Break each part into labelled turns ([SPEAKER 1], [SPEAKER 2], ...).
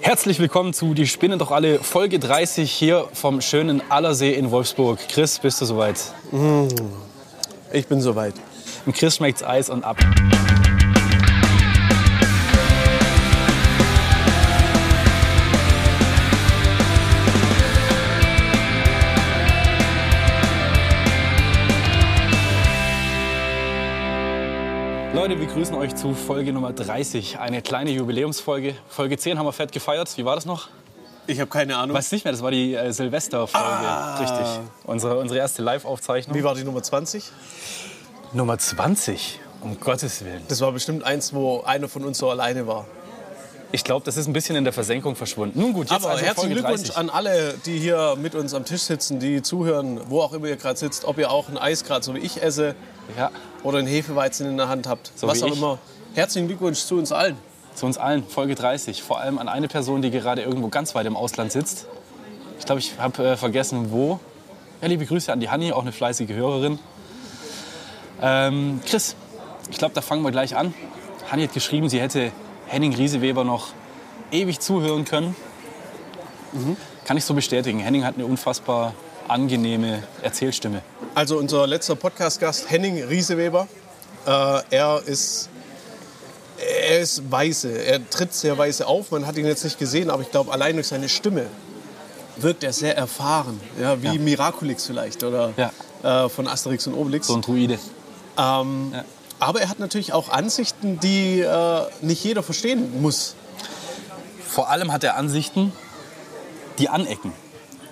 [SPEAKER 1] Herzlich willkommen zu Die Spinnen doch alle, Folge 30 hier vom schönen Allersee in Wolfsburg. Chris, bist du soweit?
[SPEAKER 2] Ich bin soweit.
[SPEAKER 1] Und Chris schmeckt's Eis und ab. Leute, wir grüßen euch zu Folge Nummer 30, eine kleine Jubiläumsfolge. Folge 10 haben wir fett gefeiert. Wie war das noch?
[SPEAKER 2] Ich habe keine Ahnung.
[SPEAKER 1] Weiß nicht mehr, das war die äh, Silvesterfolge.
[SPEAKER 2] Ah.
[SPEAKER 1] Richtig. Unsere, unsere erste Live-Aufzeichnung.
[SPEAKER 2] Wie war die Nummer 20?
[SPEAKER 1] Nummer 20. Um Gottes Willen.
[SPEAKER 2] Das war bestimmt eins, wo einer von uns so alleine war.
[SPEAKER 1] Ich glaube, das ist ein bisschen in der Versenkung verschwunden. Nun gut, jetzt
[SPEAKER 2] Aber
[SPEAKER 1] also
[SPEAKER 2] herzlichen
[SPEAKER 1] Folge
[SPEAKER 2] Glückwunsch
[SPEAKER 1] 30.
[SPEAKER 2] an alle, die hier mit uns am Tisch sitzen, die zuhören, wo auch immer ihr gerade sitzt, ob ihr auch ein Eis gerade so wie ich esse
[SPEAKER 1] Ja,
[SPEAKER 2] oder einen Hefeweizen in der Hand habt,
[SPEAKER 1] So
[SPEAKER 2] was
[SPEAKER 1] wie
[SPEAKER 2] auch
[SPEAKER 1] ich.
[SPEAKER 2] immer. Herzlichen Glückwunsch zu uns allen.
[SPEAKER 1] zu uns allen, Folge 30. Vor allem an eine Person, die gerade irgendwo ganz weit im Ausland sitzt. Ich glaube, ich habe äh, vergessen, wo. Ja, liebe Grüße an die Hanni, auch eine fleißige Hörerin. Ähm, Chris, ich glaube, da fangen wir gleich an. Hanni hat geschrieben, sie hätte Henning Rieseweber noch ewig zuhören können. Kann ich so bestätigen. Henning hat eine unfassbar angenehme Erzählstimme.
[SPEAKER 2] Also unser letzter Podcast-Gast Henning Rieseweber. Äh, er ist er ist weise. Er tritt sehr weise auf. Man hat ihn jetzt nicht gesehen, aber ich glaube, allein durch seine Stimme wirkt er sehr erfahren. Ja, wie
[SPEAKER 1] Ja.
[SPEAKER 2] Miraculix vielleicht oder äh, von Asterix und Obelix.
[SPEAKER 1] So ein Druide.
[SPEAKER 2] ähm,
[SPEAKER 1] Ja.
[SPEAKER 2] Aber er hat natürlich auch Ansichten, die äh, nicht jeder verstehen muss.
[SPEAKER 1] Vor allem hat er Ansichten, die anecken.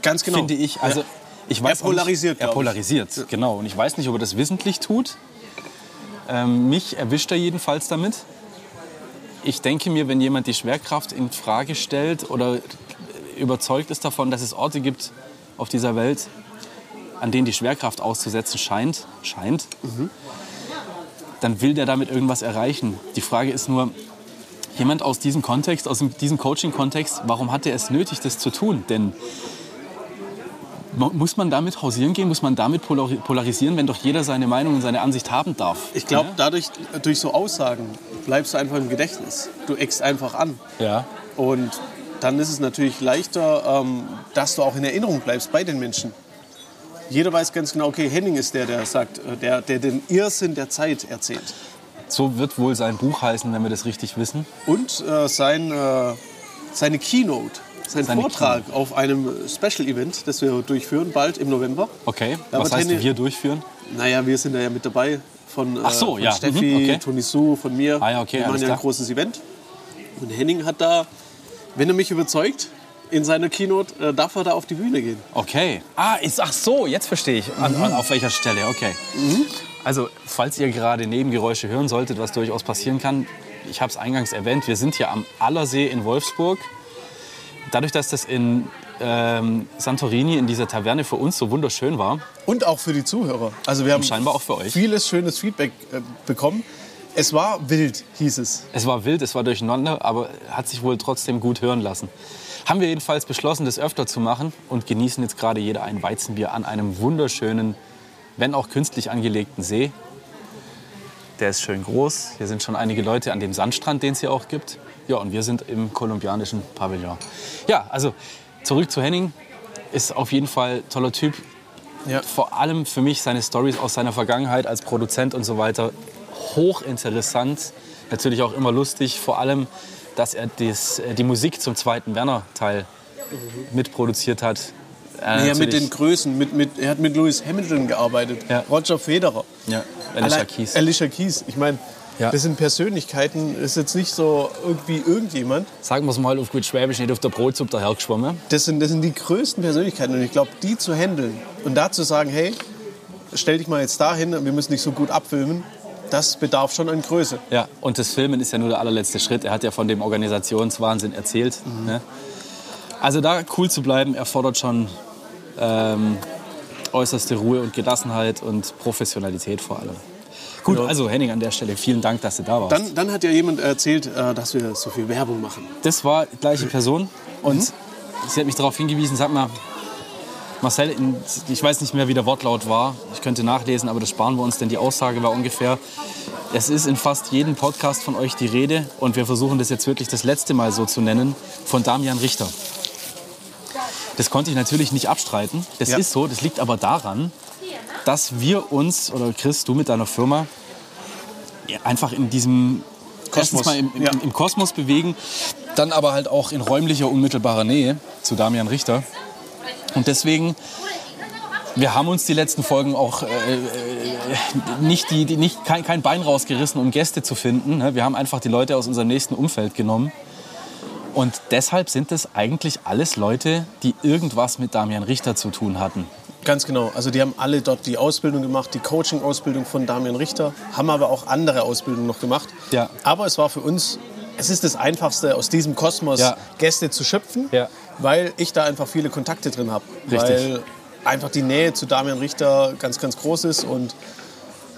[SPEAKER 2] Ganz genau.
[SPEAKER 1] finde ich. Also,
[SPEAKER 2] Ja.
[SPEAKER 1] ich weiß
[SPEAKER 2] Er polarisiert,
[SPEAKER 1] Auch nicht, er
[SPEAKER 2] glaub ich.
[SPEAKER 1] polarisiert, genau. Und ich weiß nicht, ob er das wissentlich tut. Ähm, mich erwischt er jedenfalls damit. Ich denke mir, wenn jemand die Schwerkraft in Frage stellt oder überzeugt ist davon, dass es Orte gibt auf dieser Welt, an denen die Schwerkraft auszusetzen scheint, scheint, dann will der damit irgendwas erreichen. Die Frage ist nur, jemand aus diesem Kontext, aus dem- diesem Coaching-Kontext, warum hat er es nötig, das zu tun? Denn Mo- Muss man damit hausieren gehen? Muss man damit polari- polarisieren, wenn doch jeder seine Meinung und seine Ansicht haben darf?
[SPEAKER 2] Ich glaube, dadurch, durch so Aussagen bleibst du einfach im Gedächtnis. Du eckst einfach an.
[SPEAKER 1] Ja.
[SPEAKER 2] Und dann ist es natürlich leichter, ähm, dass du auch in Erinnerung bleibst bei den Menschen. Jeder weiß ganz genau, okay, Henning ist der, der sagt, äh, der, der den Irrsinn der Zeit erzählt.
[SPEAKER 1] So wird wohl sein Buch heißen, wenn wir das richtig wissen.
[SPEAKER 2] Und äh, sein, äh, seine Keynote, sein
[SPEAKER 1] Seine
[SPEAKER 2] Vortrag auf einem Special-Event, das wir durchführen, bald im November.
[SPEAKER 1] Okay.
[SPEAKER 2] Da
[SPEAKER 1] Was
[SPEAKER 2] wird
[SPEAKER 1] heißt
[SPEAKER 2] Henning-
[SPEAKER 1] wir durchführen?
[SPEAKER 2] Naja, wir sind da ja mit dabei. Von, äh,
[SPEAKER 1] Ach so,
[SPEAKER 2] von
[SPEAKER 1] ja,
[SPEAKER 2] Steffi,
[SPEAKER 1] mhm, okay.
[SPEAKER 2] Toni Su, von mir.
[SPEAKER 1] Ah ja, okay,
[SPEAKER 2] wir
[SPEAKER 1] alles
[SPEAKER 2] machen ja
[SPEAKER 1] klar.
[SPEAKER 2] ein großes Event. Und Henning hat da, wenn er mich überzeugt, in seiner Keynote, äh, darf er da auf die Bühne gehen.
[SPEAKER 1] Okay. Ah, ist, ach so, jetzt verstehe ich. An, an, auf welcher Stelle? Okay. Also, falls ihr gerade Nebengeräusche hören solltet, was durchaus passieren kann, ich habe es eingangs erwähnt, wir sind hier am Allersee in Wolfsburg. Dadurch, dass das in ähm, Santorini in dieser Taverne für uns so wunderschön war,
[SPEAKER 2] Und auch für die Zuhörer. Also wir haben
[SPEAKER 1] scheinbar auch für euch.
[SPEAKER 2] vieles schönes Feedback äh, bekommen. Es war wild, hieß es.
[SPEAKER 1] Es war wild, es war durcheinander, aber hat sich wohl trotzdem gut hören lassen. Haben wir jedenfalls beschlossen, das öfter zu machen und genießen jetzt gerade jeder ein Weizenbier an einem wunderschönen, wenn auch künstlich angelegten See. Der ist schön groß. Hier sind schon einige Leute an dem Sandstrand, den es hier auch gibt. Ja, und wir sind im kolumbianischen Pavillon. Ja, also zurück zu Henning. Ist auf jeden Fall toller Typ.
[SPEAKER 2] Ja.
[SPEAKER 1] Vor allem für mich seine Stories aus seiner Vergangenheit als Produzent und so weiter hochinteressant. Natürlich auch immer lustig. Vor allem, dass er dies, äh, die Musik zum zweiten Werner-Teil mitproduziert hat. Äh,
[SPEAKER 2] Ja, mit
[SPEAKER 1] natürlich-
[SPEAKER 2] den Größen. Mit, mit, er hat mit Lewis Hamilton gearbeitet,
[SPEAKER 1] Ja.
[SPEAKER 2] Roger Federer.
[SPEAKER 1] ja, Alicia
[SPEAKER 2] Allein-
[SPEAKER 1] Keys.
[SPEAKER 2] Alicia Keys. Ich meine,
[SPEAKER 1] Ja.
[SPEAKER 2] das sind Persönlichkeiten. Ist jetzt nicht so irgendwie irgendjemand.
[SPEAKER 1] Sagen wir es mal auf gut Schwäbisch, nicht auf der Brotsuppe dahergeschwommen.
[SPEAKER 2] Das sind, das sind die größten Persönlichkeiten. Und ich glaube, die zu handeln und da zu sagen, hey, stell dich mal jetzt dahin, wir müssen dich so gut abfilmen, das bedarf schon an Größe.
[SPEAKER 1] Ja, und das Filmen ist ja nur der allerletzte Schritt. Er hat ja von dem Organisationswahnsinn erzählt. Ne? Also da cool zu bleiben, erfordert schon ähm, äußerste Ruhe und Gelassenheit und Professionalität vor allem. Gut,
[SPEAKER 2] Ja.
[SPEAKER 1] also Henning, an der Stelle vielen Dank, dass du da warst.
[SPEAKER 2] Dann, dann hat ja jemand erzählt, äh, dass wir so viel Werbung machen.
[SPEAKER 1] das war die gleiche Person und sie hat mich darauf hingewiesen, sag mal, Marcel, in, ich weiß nicht mehr, wie der Wortlaut war, ich könnte nachlesen, aber das sparen wir uns, denn die Aussage war ungefähr, Es ist in fast jedem Podcast von euch die Rede, und wir versuchen das jetzt wirklich das letzte Mal so zu nennen, von Damian Richter. Das konnte ich natürlich nicht abstreiten. Das
[SPEAKER 2] Ja.
[SPEAKER 1] ist so. Das liegt aber daran, dass wir uns, oder Chris, du mit deiner Firma, ja, einfach in diesem
[SPEAKER 2] Kosmos.
[SPEAKER 1] erstens Mal im, im,
[SPEAKER 2] Ja.
[SPEAKER 1] im Kosmos bewegen, dann aber halt auch in räumlicher, unmittelbarer Nähe zu Damian Richter. Und deswegen, wir haben uns die letzten Folgen auch äh, äh, nicht, die, die, nicht kein, kein Bein rausgerissen, um Gäste zu finden. ne? Wir haben einfach die Leute aus unserem nächsten Umfeld genommen. Und deshalb sind das eigentlich alles Leute, die irgendwas mit Damian Richter zu tun hatten.
[SPEAKER 2] Ganz genau. Also die haben alle dort die Ausbildung gemacht, die Coaching-Ausbildung von Damian Richter, haben aber auch andere Ausbildungen noch gemacht.
[SPEAKER 1] Ja.
[SPEAKER 2] Aber es war für uns, es ist das Einfachste, aus diesem Kosmos
[SPEAKER 1] Ja.
[SPEAKER 2] Gäste zu schöpfen,
[SPEAKER 1] Ja.
[SPEAKER 2] weil ich da einfach viele Kontakte drin habe.
[SPEAKER 1] Richtig.
[SPEAKER 2] Weil einfach die Nähe zu Damian Richter ganz, ganz groß ist. Und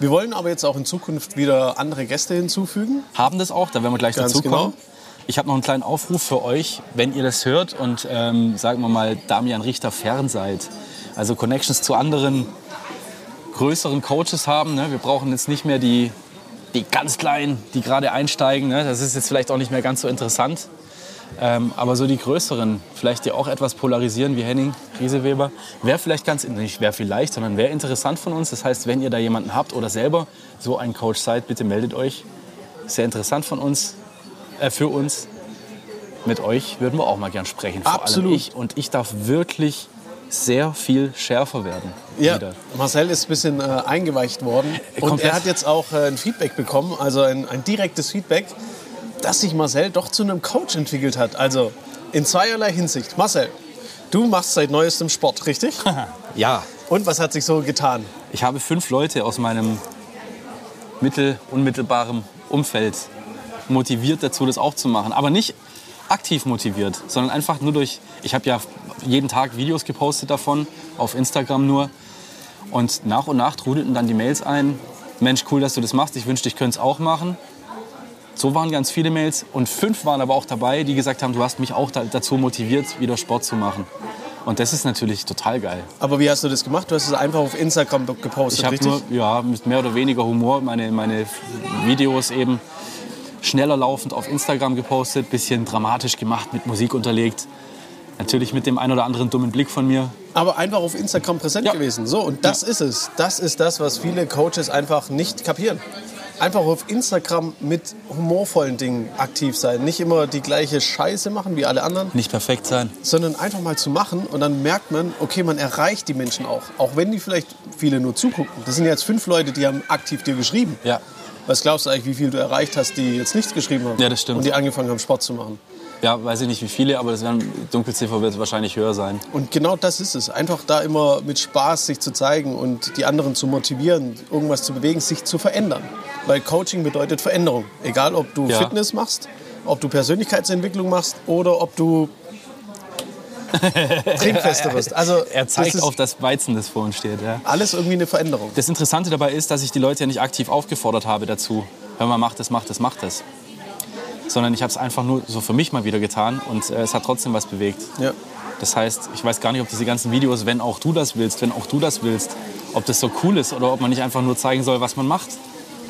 [SPEAKER 2] wir wollen aber jetzt auch in Zukunft wieder andere Gäste hinzufügen.
[SPEAKER 1] haben das auch, da werden wir gleich
[SPEAKER 2] Ganz
[SPEAKER 1] dazu kommen.
[SPEAKER 2] genau.
[SPEAKER 1] Ich habe noch einen kleinen Aufruf für euch, wenn ihr das hört und ähm, sagen wir mal Damian Richter fern seid, also Connections zu anderen größeren Coaches haben. Ne? Wir brauchen jetzt nicht mehr die, die ganz kleinen, die gerade einsteigen. Ne? Das ist jetzt vielleicht auch nicht mehr ganz so interessant. Ähm, aber so die größeren, vielleicht die auch etwas polarisieren wie Henning Rieseweber, wäre vielleicht ganz, nicht wäre vielleicht, sondern wäre interessant von uns. Das heißt, wenn ihr da jemanden habt oder selber so ein Coach seid, bitte meldet euch sehr interessant von uns, äh, für uns. Mit euch würden wir auch mal gern sprechen. Vor
[SPEAKER 2] Absolut.
[SPEAKER 1] Allem ich. Und ich darf wirklich sehr viel schärfer werden.
[SPEAKER 2] Ja,
[SPEAKER 1] wieder.
[SPEAKER 2] Marcel ist ein bisschen äh, eingeweicht worden. Und
[SPEAKER 1] komplett.
[SPEAKER 2] er hat jetzt auch äh, ein Feedback bekommen, also ein, ein direktes Feedback, dass sich Marcel doch zu einem Coach entwickelt hat. Also in zweierlei Hinsicht. Marcel, du machst seit neuestem Sport, richtig?
[SPEAKER 1] Ja,
[SPEAKER 2] Und was hat sich so getan?
[SPEAKER 1] ich habe fünf Leute aus meinem mittel unmittelbaren Umfeld motiviert dazu, das auch zu machen. Aber nicht aktiv motiviert, sondern einfach nur durch. Ich habe ja jeden Tag Videos gepostet davon, auf Instagram nur. Und nach und nach trudelten dann die Mails ein. Mensch, cool, dass du das machst. Ich wünschte, ich könnte es auch machen. So waren ganz viele Mails und fünf waren aber auch dabei, die gesagt haben, du hast mich auch da, dazu motiviert, wieder Sport zu machen. Und das ist natürlich total geil.
[SPEAKER 2] Aber wie hast du das gemacht? Du hast es einfach auf Instagram be- gepostet,
[SPEAKER 1] Ich habe
[SPEAKER 2] richtig?
[SPEAKER 1] nur ja, mit mehr oder weniger Humor meine, meine Videos eben schneller laufend auf Instagram gepostet, bisschen dramatisch gemacht, mit Musik unterlegt. Natürlich mit dem ein oder anderen dummen Blick von mir.
[SPEAKER 2] Aber einfach auf Instagram präsent
[SPEAKER 1] Ja.
[SPEAKER 2] gewesen. So, und das ist es. Das ist das, was viele Coaches einfach nicht kapieren. Einfach auf Instagram mit humorvollen Dingen aktiv sein. Nicht immer die gleiche Scheiße machen wie alle anderen,
[SPEAKER 1] Nicht perfekt sein.
[SPEAKER 2] sondern einfach mal zu machen. Und dann merkt man, okay, man erreicht die Menschen auch. Auch wenn die vielleicht viele nur zugucken. Das sind jetzt fünf Leute, die haben aktiv dir geschrieben.
[SPEAKER 1] Ja.
[SPEAKER 2] Was glaubst du eigentlich, wie viel du erreicht hast, die jetzt nichts geschrieben haben?
[SPEAKER 1] Ja, das stimmt.
[SPEAKER 2] Und die angefangen haben, Sport zu machen.
[SPEAKER 1] Ja, weiß ich nicht wie viele, aber das werden, Dunkelziffer wird wahrscheinlich höher sein.
[SPEAKER 2] Und genau das ist es. Einfach da immer mit Spaß sich zu zeigen und die anderen zu motivieren, irgendwas zu bewegen, sich zu verändern. Weil Coaching bedeutet Veränderung. Egal, ob du
[SPEAKER 1] Ja.
[SPEAKER 2] Fitness machst, ob du Persönlichkeitsentwicklung machst oder ob du trinkfester wirst. Also
[SPEAKER 1] Er zeigt
[SPEAKER 2] das ist
[SPEAKER 1] auf das Weizen, das vor uns steht. Ja.
[SPEAKER 2] alles irgendwie eine Veränderung.
[SPEAKER 1] Das Interessante dabei ist, dass ich die Leute ja nicht aktiv aufgefordert habe dazu, hör mal, mach das, mach das, mach das. Sondern ich habe es einfach nur so für mich mal wieder getan und äh, es hat trotzdem was bewegt.
[SPEAKER 2] Ja.
[SPEAKER 1] Das heißt, ich weiß gar nicht, ob diese ganzen Videos, wenn auch du das willst, wenn auch du das willst, ob das so cool ist oder ob man nicht einfach nur zeigen soll, was man macht.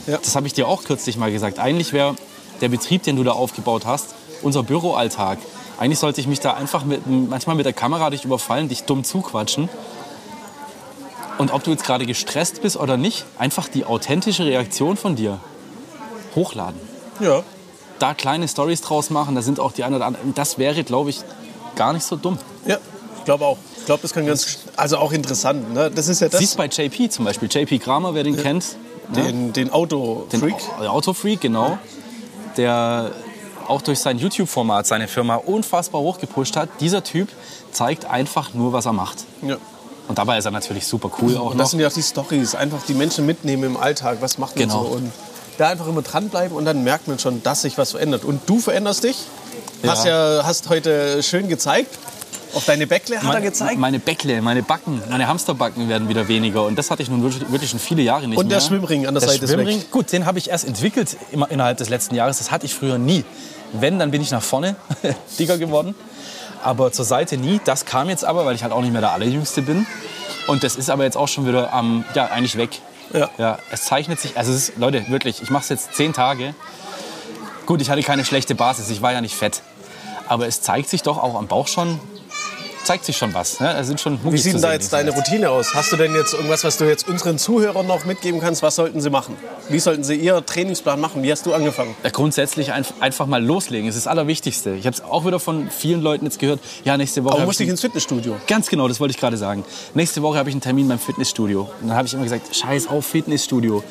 [SPEAKER 2] Ja.
[SPEAKER 1] Das habe ich dir auch kürzlich mal gesagt. Eigentlich wäre der Betrieb, den du da aufgebaut hast, unser Büroalltag. Eigentlich sollte ich mich da einfach mit, manchmal mit der Kamera dich überfallen, dich dumm zuquatschen. Und ob du jetzt gerade gestresst bist oder nicht, einfach die authentische Reaktion von dir hochladen
[SPEAKER 2] ja.
[SPEAKER 1] da kleine Stories draus machen, da sind auch die ein oder anderen. Das wäre, glaube ich, gar nicht so dumm.
[SPEAKER 2] Ja, ich glaube auch. Ich glaube, das kann ganz, also auch interessant. Ne? Das ist ja das,
[SPEAKER 1] Siehst bei JP zum Beispiel, JP Kramer, wer den kennt, ne?
[SPEAKER 2] den, den Auto-Freak.
[SPEAKER 1] Au- Autofreak, genau, der auch durch sein YouTube-Format seine Firma unfassbar hochgepusht hat. Dieser Typ zeigt einfach nur, was er macht.
[SPEAKER 2] Ja.
[SPEAKER 1] Und dabei ist er natürlich super cool auch
[SPEAKER 2] Und das
[SPEAKER 1] noch.
[SPEAKER 2] sind ja auch die Stories, einfach die Menschen mitnehmen im Alltag, was macht man
[SPEAKER 1] Genau.
[SPEAKER 2] so und da einfach immer dranbleiben und dann merkt man schon, dass sich was verändert. Und du veränderst dich,
[SPEAKER 1] Ja.
[SPEAKER 2] hast ja hast heute schön gezeigt, auf deine Bäckle hat er gezeigt
[SPEAKER 1] Meine Bäckle, meine Backen, meine Hamsterbacken werden wieder weniger. Und das hatte ich nun wirklich, wirklich schon viele Jahre nicht
[SPEAKER 2] Und
[SPEAKER 1] mehr.
[SPEAKER 2] der Schwimmring an der Seite ist weg.
[SPEAKER 1] Schwimmring, Gut, den habe ich erst entwickelt immer innerhalb des letzten Jahres. Das hatte ich früher nie. Wenn, dann bin ich nach vorne dicker geworden. Aber zur Seite nie. Das kam jetzt aber, weil ich halt auch nicht mehr der Allerjüngste bin. Und das ist aber jetzt auch schon wieder am, ja, eigentlich weg.
[SPEAKER 2] Ja.
[SPEAKER 1] Ja, es zeichnet sich, also es ist, Leute, wirklich, ich mache es jetzt zehn Tage. Gut, ich hatte keine schlechte Basis, ich war ja nicht fett. Aber es zeigt sich doch auch am Bauch schon, zeigt sich schon was. Ne? Es sind schon
[SPEAKER 2] Wie
[SPEAKER 1] Muckis
[SPEAKER 2] sieht
[SPEAKER 1] zu
[SPEAKER 2] denn da
[SPEAKER 1] sehen, links
[SPEAKER 2] jetzt
[SPEAKER 1] und
[SPEAKER 2] deine Routine aus? Hast du denn jetzt irgendwas, was du jetzt unseren Zuhörern noch mitgeben kannst? Was sollten sie machen? Wie sollten sie ihren Trainingsplan machen? Wie hast du angefangen?
[SPEAKER 1] Ja, grundsätzlich einf- einfach mal loslegen. Das ist das Allerwichtigste. Ich habe es auch wieder von vielen Leuten jetzt gehört. Ja, nächste Woche.
[SPEAKER 2] Warum
[SPEAKER 1] hab
[SPEAKER 2] musste ich
[SPEAKER 1] ich
[SPEAKER 2] ins Fitnessstudio?
[SPEAKER 1] Ganz genau, das wollte ich gerade sagen. Nächste Woche habe ich einen Termin beim Fitnessstudio. Und dann habe ich immer gesagt, scheiß auf Fitnessstudio.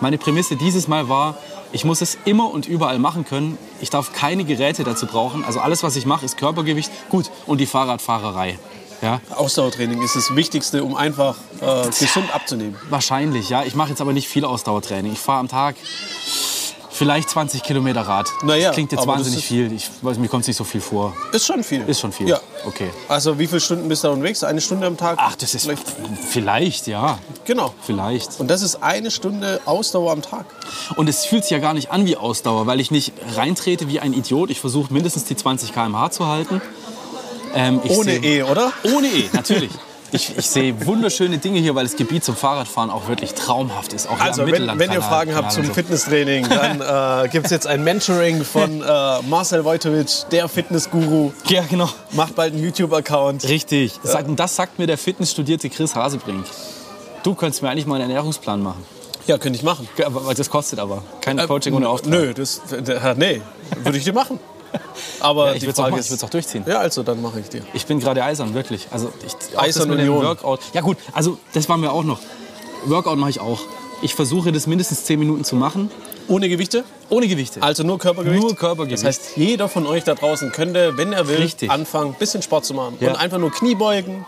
[SPEAKER 1] Meine Prämisse dieses Mal war, ich muss es immer und überall machen können. Ich darf keine Geräte dazu brauchen. Also alles, was ich mache, ist Körpergewicht. Gut, und die Fahrradfahrerei. Ja,
[SPEAKER 2] Ausdauertraining ist das Wichtigste, um einfach äh, gesund abzunehmen.
[SPEAKER 1] wahrscheinlich, ja. Ich mache jetzt aber nicht viel Ausdauertraining. Ich fahre am Tag vielleicht 20 Kilometer Rad.
[SPEAKER 2] Na ja,
[SPEAKER 1] das klingt jetzt
[SPEAKER 2] aber das
[SPEAKER 1] wahnsinnig
[SPEAKER 2] ist-
[SPEAKER 1] viel. Ich weiß, mir kommt es nicht so viel vor.
[SPEAKER 2] Ist schon viel.
[SPEAKER 1] Ist schon viel.
[SPEAKER 2] Ja.
[SPEAKER 1] Okay.
[SPEAKER 2] Also wie viele Stunden bist du unterwegs? Eine Stunde am Tag?
[SPEAKER 1] Ach, das ist
[SPEAKER 2] Vielleicht-
[SPEAKER 1] vielleicht, ja,
[SPEAKER 2] Genau.
[SPEAKER 1] vielleicht.
[SPEAKER 2] Und das ist eine Stunde Ausdauer am Tag.
[SPEAKER 1] Und es fühlt sich ja gar nicht an wie Ausdauer, weil ich nicht reintrete wie ein Idiot. Ich versuche mindestens die 20 km/h zu halten. Ähm, ich
[SPEAKER 2] Ohne
[SPEAKER 1] seh-
[SPEAKER 2] E, oder?
[SPEAKER 1] Ohne E, natürlich. Ich, ich sehe wunderschöne Dinge hier, weil das Gebiet zum Fahrradfahren auch wirklich traumhaft ist. Auch hier
[SPEAKER 2] Also,
[SPEAKER 1] am
[SPEAKER 2] wenn, wenn ihr
[SPEAKER 1] Mittellandkanal-
[SPEAKER 2] Fragen habt
[SPEAKER 1] Kanal
[SPEAKER 2] zum
[SPEAKER 1] und so.
[SPEAKER 2] Fitnesstraining, dann äh, gibt es jetzt ein Mentoring von äh, Marcel Wojtowitsch, der Fitnessguru.
[SPEAKER 1] Ja, genau.
[SPEAKER 2] Macht bald einen YouTube-Account.
[SPEAKER 1] Richtig. Sag, und das sagt mir der fitnessstudierte Chris Hasebrink. Du könntest mir eigentlich mal einen Ernährungsplan machen.
[SPEAKER 2] Ja, könnte ich machen. Äh,
[SPEAKER 1] Ja, aber- aber Das kostet aber. Kein Coaching ohne Auftrag.
[SPEAKER 2] Nö, das, äh, nee, würde ich dir machen. Aber
[SPEAKER 1] ich
[SPEAKER 2] die
[SPEAKER 1] würde es auch,
[SPEAKER 2] Frage
[SPEAKER 1] machen, ich
[SPEAKER 2] ist,
[SPEAKER 1] würd's auch durchziehen.
[SPEAKER 2] ja, also dann mache ich dir.
[SPEAKER 1] Ich bin gerade eisern, wirklich. Also ich auch
[SPEAKER 2] Eisern
[SPEAKER 1] das mit dem
[SPEAKER 2] Union.
[SPEAKER 1] Workout. Ja gut, also das waren wir auch noch. Workout mache ich auch. Ich versuche das mindestens 10 Minuten zu machen,
[SPEAKER 2] Ohne Gewichte?
[SPEAKER 1] ohne Gewichte.
[SPEAKER 2] Also nur Körpergewicht?
[SPEAKER 1] Nur Körpergewicht.
[SPEAKER 2] Das heißt, jeder von euch da draußen könnte, wenn er will,
[SPEAKER 1] Richtig.
[SPEAKER 2] anfangen, ein bisschen Sport zu machen.
[SPEAKER 1] Ja.
[SPEAKER 2] Und einfach nur Kniebeugen.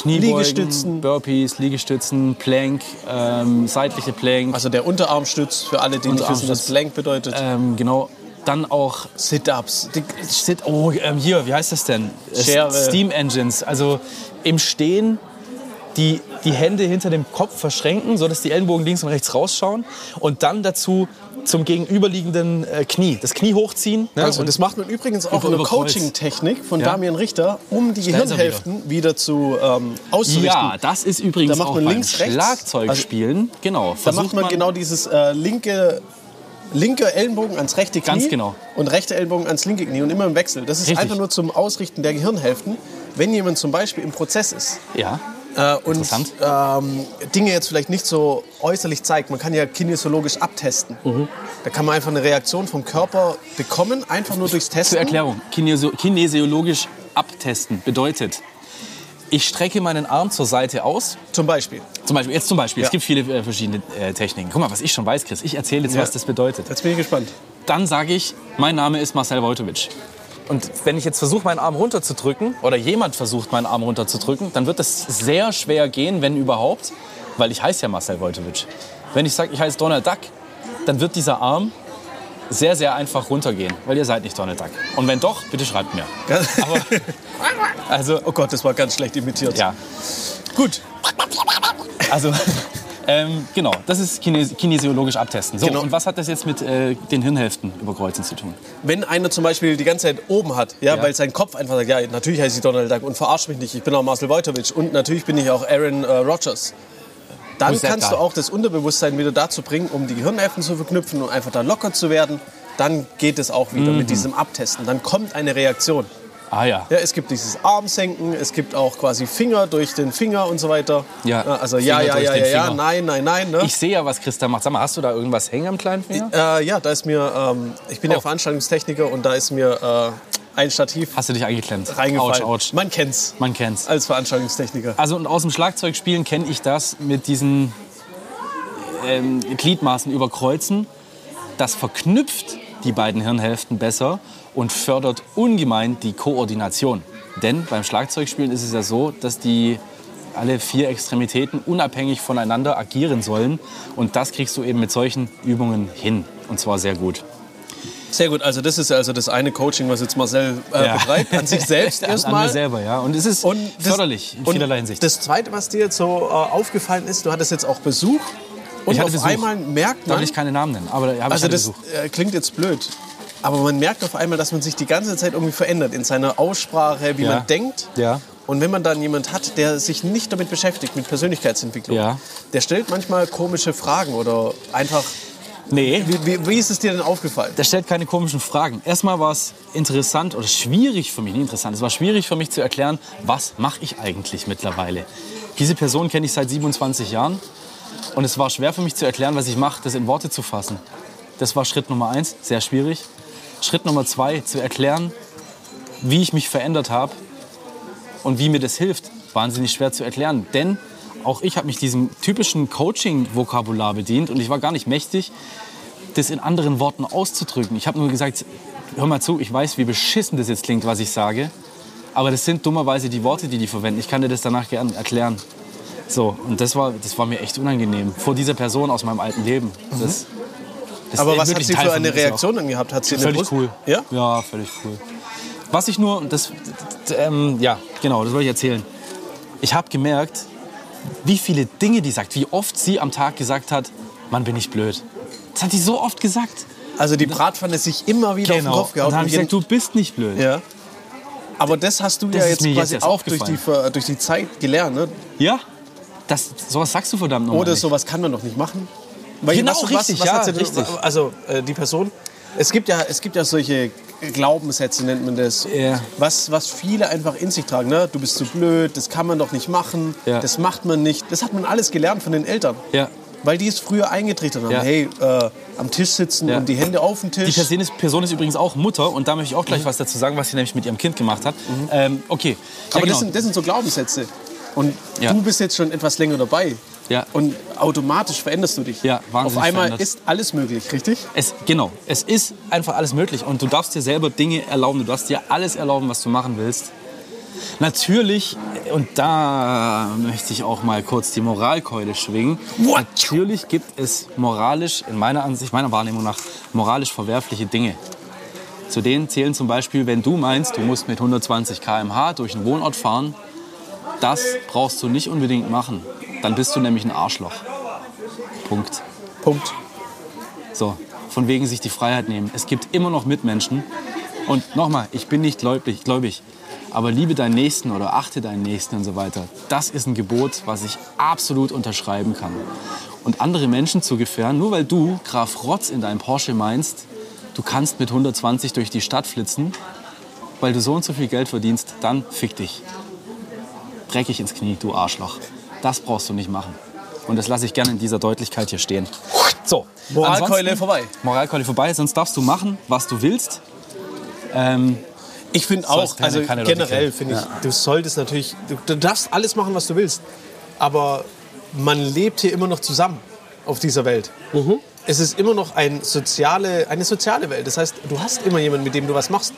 [SPEAKER 1] Kniebeugen,
[SPEAKER 2] Liegestützen.
[SPEAKER 1] Burpees, Liegestützen, Plank, ähm, seitliche Plank,
[SPEAKER 2] Also der Unterarmstütz, für alle, die nicht wissen, was
[SPEAKER 1] Unterarmstütz.
[SPEAKER 2] Plank bedeutet.
[SPEAKER 1] ähm, genau. Dann auch
[SPEAKER 2] Sit-Ups. Die-
[SPEAKER 1] Shit, oh, ähm, hier, wie heißt das denn? Äh,
[SPEAKER 2] Schere.
[SPEAKER 1] Steam Engines. Also im Stehen die, die Hände hinter dem Kopf verschränken, sodass die Ellenbogen links und rechts rausschauen. Und dann dazu zum gegenüberliegenden äh, Knie. Das Knie hochziehen. Ne?
[SPEAKER 2] Also
[SPEAKER 1] und
[SPEAKER 2] das macht man übrigens auch
[SPEAKER 1] Über-
[SPEAKER 2] in der
[SPEAKER 1] über Kreuz.
[SPEAKER 2] Coaching-Technik von
[SPEAKER 1] Ja.
[SPEAKER 2] Damian Richter, um die
[SPEAKER 1] Da ist er
[SPEAKER 2] Gehirnhälften wieder zu ähm, auszurichten.
[SPEAKER 1] ja, das ist übrigens
[SPEAKER 2] Da macht
[SPEAKER 1] auch
[SPEAKER 2] man
[SPEAKER 1] beim
[SPEAKER 2] links, rechts. Also
[SPEAKER 1] Schlagzeugspielen. genau.
[SPEAKER 2] Da macht man, genau dieses äh, linke, linke Ellenbogen ans rechte Knie.
[SPEAKER 1] Ganz genau.
[SPEAKER 2] Und rechte Ellenbogen ans linke Knie und immer im Wechsel. Das ist
[SPEAKER 1] Richtig.
[SPEAKER 2] einfach nur zum Ausrichten der Gehirnhälften, wenn jemand zum Beispiel im Prozess ist.
[SPEAKER 1] Ja.
[SPEAKER 2] Äh, und
[SPEAKER 1] Interessant.
[SPEAKER 2] ähm, Dinge jetzt vielleicht nicht so äußerlich zeigt. Man kann ja kinesiologisch abtesten.
[SPEAKER 1] Mhm.
[SPEAKER 2] Da kann man einfach eine Reaktion vom Körper bekommen, einfach nur durchs Testen.
[SPEAKER 1] Zur Erklärung. Kinesio kinesiologisch abtesten bedeutet, ich strecke meinen Arm zur Seite aus
[SPEAKER 2] Zum Beispiel.
[SPEAKER 1] Zum Beispiel, jetzt zum Beispiel,
[SPEAKER 2] Ja.
[SPEAKER 1] es gibt viele äh, verschiedene äh, Techniken. Guck mal, was ich schon weiß, Chris. Ich erzähle jetzt,
[SPEAKER 2] Ja.
[SPEAKER 1] was das bedeutet.
[SPEAKER 2] Jetzt bin ich gespannt.
[SPEAKER 1] Dann sage ich, mein Name ist Marcel Wojtowitsch. Und wenn ich jetzt versuche, meinen Arm runterzudrücken, oder jemand versucht, meinen Arm runterzudrücken, dann wird das sehr schwer gehen, wenn überhaupt, weil ich heiße ja Marcel Wojtowitsch. Wenn ich sage, ich heiße Donald Duck, dann wird dieser Arm sehr, sehr einfach runtergehen, weil ihr seid nicht Donald Duck. Und wenn doch, bitte schreibt mir. Aber, also,
[SPEAKER 2] Oh Gott, das war ganz schlecht imitiert.
[SPEAKER 1] ja.
[SPEAKER 2] Gut,
[SPEAKER 1] Also, ähm, genau, das ist kines kinesiologisch abtesten. So,
[SPEAKER 2] Genau.
[SPEAKER 1] und was hat das jetzt mit äh, den Hirnhälften überkreuzen zu tun?
[SPEAKER 2] wenn einer zum Beispiel die ganze Zeit oben hat, ja,
[SPEAKER 1] Ja.
[SPEAKER 2] weil sein Kopf einfach sagt, ja, natürlich heiße ich Donald Duck und verarsch mich nicht, ich bin auch Marcel Wojtowicz und natürlich bin ich auch Aaron äh, Rodgers. Dann
[SPEAKER 1] Ist ja
[SPEAKER 2] kannst du
[SPEAKER 1] geil.
[SPEAKER 2] auch das Unterbewusstsein wieder dazu bringen, um die Gehirnhälften zu verknüpfen und einfach da locker zu werden. Dann geht es auch wieder
[SPEAKER 1] Mhm.
[SPEAKER 2] mit diesem Abtesten. Dann kommt eine Reaktion.
[SPEAKER 1] Ah ja.
[SPEAKER 2] Ja, es gibt dieses Armsenken, es gibt auch quasi Finger durch den Finger und so weiter.
[SPEAKER 1] Ja,
[SPEAKER 2] also ja,
[SPEAKER 1] Finger
[SPEAKER 2] ja,
[SPEAKER 1] durch
[SPEAKER 2] ja,
[SPEAKER 1] den
[SPEAKER 2] ja, ja,
[SPEAKER 1] Finger.
[SPEAKER 2] nein, nein, nein. Ne?
[SPEAKER 1] Ich sehe ja, was Christa macht. Sag mal, hast du da irgendwas hängen am kleinen Finger?
[SPEAKER 2] Äh, ja, da ist mir, ähm, ich bin ja
[SPEAKER 1] Oh.
[SPEAKER 2] Veranstaltungstechniker und da ist mir äh, ein Stativ
[SPEAKER 1] Hast du dich eingeklemmt?
[SPEAKER 2] reingefallen.
[SPEAKER 1] Autsch, autsch.
[SPEAKER 2] Man kennt's
[SPEAKER 1] Man kennt's.
[SPEAKER 2] als Veranstaltungstechniker.
[SPEAKER 1] Also und aus dem Schlagzeugspielen kenne ich das mit diesen ähm, Gliedmaßen überkreuzen. Das verknüpft die beiden Hirnhälften besser und fördert ungemein die Koordination. Denn beim Schlagzeugspielen ist es ja so, dass die alle vier Extremitäten unabhängig voneinander agieren sollen. Und das kriegst du eben mit solchen Übungen hin. Und zwar sehr gut.
[SPEAKER 2] Sehr gut, also das ist also das eine Coaching, was jetzt Marcel äh, betreibt, an sich selbst
[SPEAKER 1] An- An mir
[SPEAKER 2] erstmal.
[SPEAKER 1] selber, ja. Und es ist
[SPEAKER 2] Und das-
[SPEAKER 1] förderlich in
[SPEAKER 2] und
[SPEAKER 1] vielerlei Hinsicht.
[SPEAKER 2] Das zweite, was dir jetzt so äh, aufgefallen ist, du hattest jetzt auch Besuch und
[SPEAKER 1] Ich hatte
[SPEAKER 2] auf
[SPEAKER 1] Besuch.
[SPEAKER 2] einmal merkt
[SPEAKER 1] da
[SPEAKER 2] man,
[SPEAKER 1] will ich keine Namen nennen, aber da habe
[SPEAKER 2] also
[SPEAKER 1] ich
[SPEAKER 2] das
[SPEAKER 1] Besuch.
[SPEAKER 2] äh, klingt jetzt blöd, aber man merkt auf einmal, dass man sich die ganze Zeit irgendwie verändert in seiner Aussprache, wie
[SPEAKER 1] Ja.
[SPEAKER 2] man denkt.
[SPEAKER 1] Ja.
[SPEAKER 2] Und wenn man dann jemand hat, der sich nicht damit beschäftigt, mit Persönlichkeitsentwicklung,
[SPEAKER 1] Ja.
[SPEAKER 2] der stellt manchmal komische Fragen oder einfach.
[SPEAKER 1] Nee,
[SPEAKER 2] Wie, wie, wie ist es dir denn aufgefallen?
[SPEAKER 1] der stellt keine komischen Fragen. Erstmal war es interessant oder schwierig für mich, nicht interessant, es war schwierig für mich zu erklären, was mache ich eigentlich mittlerweile. Diese Person kenne ich seit 27 Jahren und es war schwer für mich zu erklären, was ich mache, das in Worte zu fassen. Das war Schritt Nummer eins, sehr schwierig. Schritt Nummer zwei, zu erklären, wie ich mich verändert habe und wie mir das hilft, wahnsinnig schwer zu erklären. Denn auch ich habe mich diesem typischen Coaching-Vokabular bedient und ich war gar nicht mächtig, das in anderen Worten auszudrücken. Ich habe nur gesagt, hör mal zu, ich weiß, wie beschissen das jetzt klingt, was ich sage, aber das sind dummerweise die Worte, die die verwenden. Ich kann dir das danach gerne erklären. So, und das war, das war mir echt unangenehm. Vor dieser Person aus meinem alten Leben. Das, das
[SPEAKER 2] Aber
[SPEAKER 1] ist
[SPEAKER 2] was hat
[SPEAKER 1] wirklich
[SPEAKER 2] sie
[SPEAKER 1] Teil
[SPEAKER 2] für
[SPEAKER 1] von mir
[SPEAKER 2] eine
[SPEAKER 1] ist ja auch-
[SPEAKER 2] Reaktion dann gehabt? Hat sie eine
[SPEAKER 1] Völlig
[SPEAKER 2] Brust-
[SPEAKER 1] cool.
[SPEAKER 2] Ja?
[SPEAKER 1] Ja, völlig cool. Was ich nur, das, d- d- ähm, ja, genau, das wollte ich erzählen. Ich habe gemerkt, wie viele Dinge die sagt, wie oft sie am Tag gesagt hat, Mann, bin ich blöd. Das hat die so oft gesagt.
[SPEAKER 2] Also die Bratpfanne ist sich immer wieder auf den Kopf
[SPEAKER 1] Genau. Und dann
[SPEAKER 2] gehauen.
[SPEAKER 1] habe ich gesagt, du bist nicht blöd.
[SPEAKER 2] ja. Aber das hast du
[SPEAKER 1] Das
[SPEAKER 2] ja
[SPEAKER 1] ist
[SPEAKER 2] jetzt
[SPEAKER 1] mir jetzt
[SPEAKER 2] quasi
[SPEAKER 1] erst
[SPEAKER 2] auch durch die,
[SPEAKER 1] aufgefallen.
[SPEAKER 2] Ver- durch die Zeit gelernt. Ne?
[SPEAKER 1] Ja? Das, sowas sagst du verdammt nochmal
[SPEAKER 2] Oder
[SPEAKER 1] nicht.
[SPEAKER 2] sowas kann man doch nicht machen. Weil
[SPEAKER 1] Genau,
[SPEAKER 2] was,
[SPEAKER 1] richtig,
[SPEAKER 2] was, was
[SPEAKER 1] ja,
[SPEAKER 2] hat sie denn-
[SPEAKER 1] richtig.
[SPEAKER 2] Also äh, die Person. Es gibt, ja, es gibt ja solche Glaubenssätze, nennt man das.
[SPEAKER 1] Ja.
[SPEAKER 2] Was, was viele einfach in sich tragen. Ne? Du bist zu blöd, das kann man doch nicht machen,
[SPEAKER 1] Ja.
[SPEAKER 2] das macht man nicht. Das hat man alles gelernt von den Eltern.
[SPEAKER 1] Ja.
[SPEAKER 2] Weil die es früher eingetrichtert haben.
[SPEAKER 1] Ja.
[SPEAKER 2] Hey, äh, am Tisch sitzen
[SPEAKER 1] Ja.
[SPEAKER 2] und die Hände auf den
[SPEAKER 1] Die
[SPEAKER 2] Tisch.
[SPEAKER 1] Person ist, Person ist übrigens auch Mutter und da möchte ich auch gleich was dazu sagen, was sie nämlich mit ihrem Kind gemacht hat. Ähm, okay. Ja,
[SPEAKER 2] Aber
[SPEAKER 1] genau.
[SPEAKER 2] das, sind, das sind so Glaubenssätze. Und
[SPEAKER 1] Ja.
[SPEAKER 2] du bist jetzt schon etwas länger dabei.
[SPEAKER 1] Ja.
[SPEAKER 2] Und automatisch veränderst du dich.
[SPEAKER 1] Ja, wahnsinnig
[SPEAKER 2] Auf einmal
[SPEAKER 1] verändert.
[SPEAKER 2] ist alles möglich, richtig?
[SPEAKER 1] Es, genau, es ist einfach alles möglich und du darfst dir selber Dinge erlauben, du darfst dir alles erlauben, was du machen willst. Natürlich, und da möchte ich auch mal kurz die Moralkeule schwingen.
[SPEAKER 2] What?
[SPEAKER 1] Natürlich gibt es moralisch, in meiner Ansicht, meiner Wahrnehmung nach, moralisch verwerfliche Dinge. Zu denen zählen zum Beispiel, wenn du meinst, du musst mit 120 km/h durch einen Wohnort fahren, das brauchst du nicht unbedingt machen. Dann bist du nämlich ein Arschloch. Punkt.
[SPEAKER 2] Punkt.
[SPEAKER 1] So, von wegen sich die Freiheit nehmen. Es gibt immer noch Mitmenschen. Und nochmal, ich bin nicht gläubig, gläubig, aber liebe deinen Nächsten oder achte deinen Nächsten und so weiter. Das ist ein Gebot, was ich absolut unterschreiben kann. Und andere Menschen zu gefährden, nur weil du, Graf Rotz, in deinem Porsche meinst, du kannst mit 120 durch die Stadt flitzen, weil du so und so viel Geld verdienst, dann fick dich. Dreckig ins Knie, du Arschloch. Das brauchst du nicht machen. Und das lasse ich gerne in dieser Deutlichkeit hier stehen. So,
[SPEAKER 2] Moralkeule
[SPEAKER 1] ansonsten-
[SPEAKER 2] vorbei.
[SPEAKER 1] Moralkeule vorbei, sonst darfst du machen, was du willst. Ähm,
[SPEAKER 2] Ich finde
[SPEAKER 1] Sollst
[SPEAKER 2] auch,
[SPEAKER 1] keine-
[SPEAKER 2] also
[SPEAKER 1] keine Leute
[SPEAKER 2] generell
[SPEAKER 1] kennen.
[SPEAKER 2] finde ich, du solltest natürlich, du, du darfst alles machen, was du willst, aber man lebt hier immer noch zusammen auf dieser Welt.
[SPEAKER 1] Mhm.
[SPEAKER 2] Es ist immer noch ein soziale, eine soziale Welt. Das heißt, du hast immer jemanden, mit dem du was machst.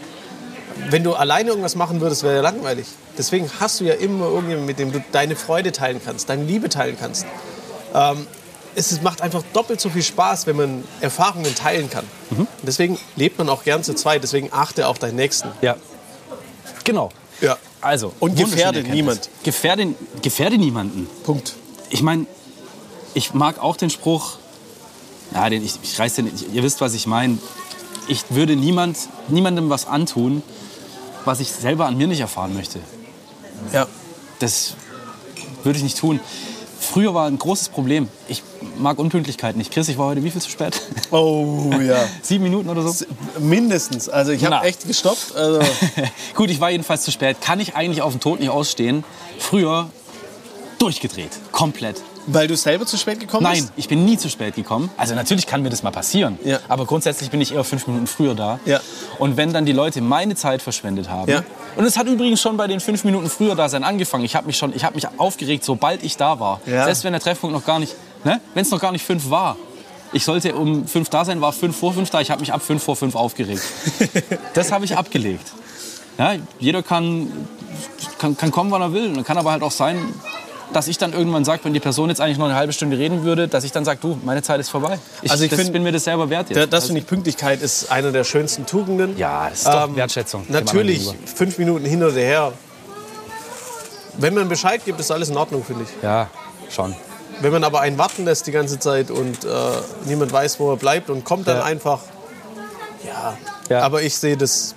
[SPEAKER 2] Wenn du alleine irgendwas machen würdest, wäre ja langweilig. Deswegen hast du ja immer irgendjemanden, mit dem du deine Freude teilen kannst, deine Liebe teilen kannst. Ähm, es ist- macht einfach doppelt so viel Spaß, wenn man Erfahrungen teilen kann.
[SPEAKER 1] Mhm.
[SPEAKER 2] Und Deswegen lebt man auch gern zu zweit. Deswegen achte auf deinen Nächsten.
[SPEAKER 1] ja. Genau.
[SPEAKER 2] Ja.
[SPEAKER 1] Also,
[SPEAKER 2] Und
[SPEAKER 1] wunderschöne
[SPEAKER 2] gefährde
[SPEAKER 1] Erkenntnis.
[SPEAKER 2] niemand.
[SPEAKER 1] Gefährde, gefährde niemanden.
[SPEAKER 2] Punkt.
[SPEAKER 1] Ich meine, ich mag auch den Spruch, ja, den, ich, ich reiß den, ich, ihr wisst, was ich meine. Ich würde niemand, niemandem was antun, was ich selber an mir nicht erfahren möchte.
[SPEAKER 2] Ja.
[SPEAKER 1] Das würde ich nicht tun. Früher war ein großes Problem. Ich mag Unpünktlichkeit nicht. Chris, ich war heute wie viel zu spät?
[SPEAKER 2] Oh ja.
[SPEAKER 1] Sieben Minuten oder so?
[SPEAKER 2] Mindestens. Also ich
[SPEAKER 1] Na.
[SPEAKER 2] habe echt gestoppt. Also,
[SPEAKER 1] Gut, ich war jedenfalls zu spät. Kann ich eigentlich auf den Tod nicht ausstehen? Früher durchgedreht. Komplett.
[SPEAKER 2] weil du selber zu spät gekommen
[SPEAKER 1] Nein,
[SPEAKER 2] bist?
[SPEAKER 1] ich bin nie zu spät gekommen. Also natürlich kann mir das mal passieren.
[SPEAKER 2] Ja.
[SPEAKER 1] Aber grundsätzlich bin ich eher fünf Minuten früher da.
[SPEAKER 2] Ja.
[SPEAKER 1] Und wenn dann die Leute meine Zeit verschwendet haben.
[SPEAKER 2] Ja.
[SPEAKER 1] Und es hat übrigens schon bei den fünf Minuten früher da sein angefangen. Ich habe mich schon, ich habe mich aufgeregt, sobald ich da war.
[SPEAKER 2] Ja.
[SPEAKER 1] Selbst wenn der Treffpunkt noch gar nicht, ne? wenn es noch gar nicht fünf war. Ich sollte um fünf da sein, war fünf vor fünf da. Ich habe mich ab fünf vor fünf aufgeregt. das habe ich abgelegt. Ja, jeder kann, kann, kann kommen, wann er will. Und kann aber halt auch sein, dass ich dann irgendwann sage, wenn die Person jetzt eigentlich noch eine halbe Stunde reden würde, dass ich dann sage, du, meine Zeit ist vorbei. Ich,
[SPEAKER 2] Also
[SPEAKER 1] also ich
[SPEAKER 2] ich
[SPEAKER 1] das
[SPEAKER 2] find-
[SPEAKER 1] bin mir das selber wert jetzt.
[SPEAKER 2] Da- Das finde ich, Pünktlichkeit ist eine der schönsten Tugenden. Ähm,
[SPEAKER 1] Ja, das ist doch Wertschätzung dem anderen
[SPEAKER 2] Natürlich,
[SPEAKER 1] gegenüber.
[SPEAKER 2] fünf Minuten hin oder her. Wenn man Bescheid gibt, ist alles in Ordnung, finde ich.
[SPEAKER 1] ja, schon.
[SPEAKER 2] Wenn man aber einen warten lässt die ganze Zeit und äh, niemand weiß, wo er bleibt und kommt dann
[SPEAKER 1] Ja.
[SPEAKER 2] einfach. Ja.
[SPEAKER 1] Ja.
[SPEAKER 2] Aber ich sehe das.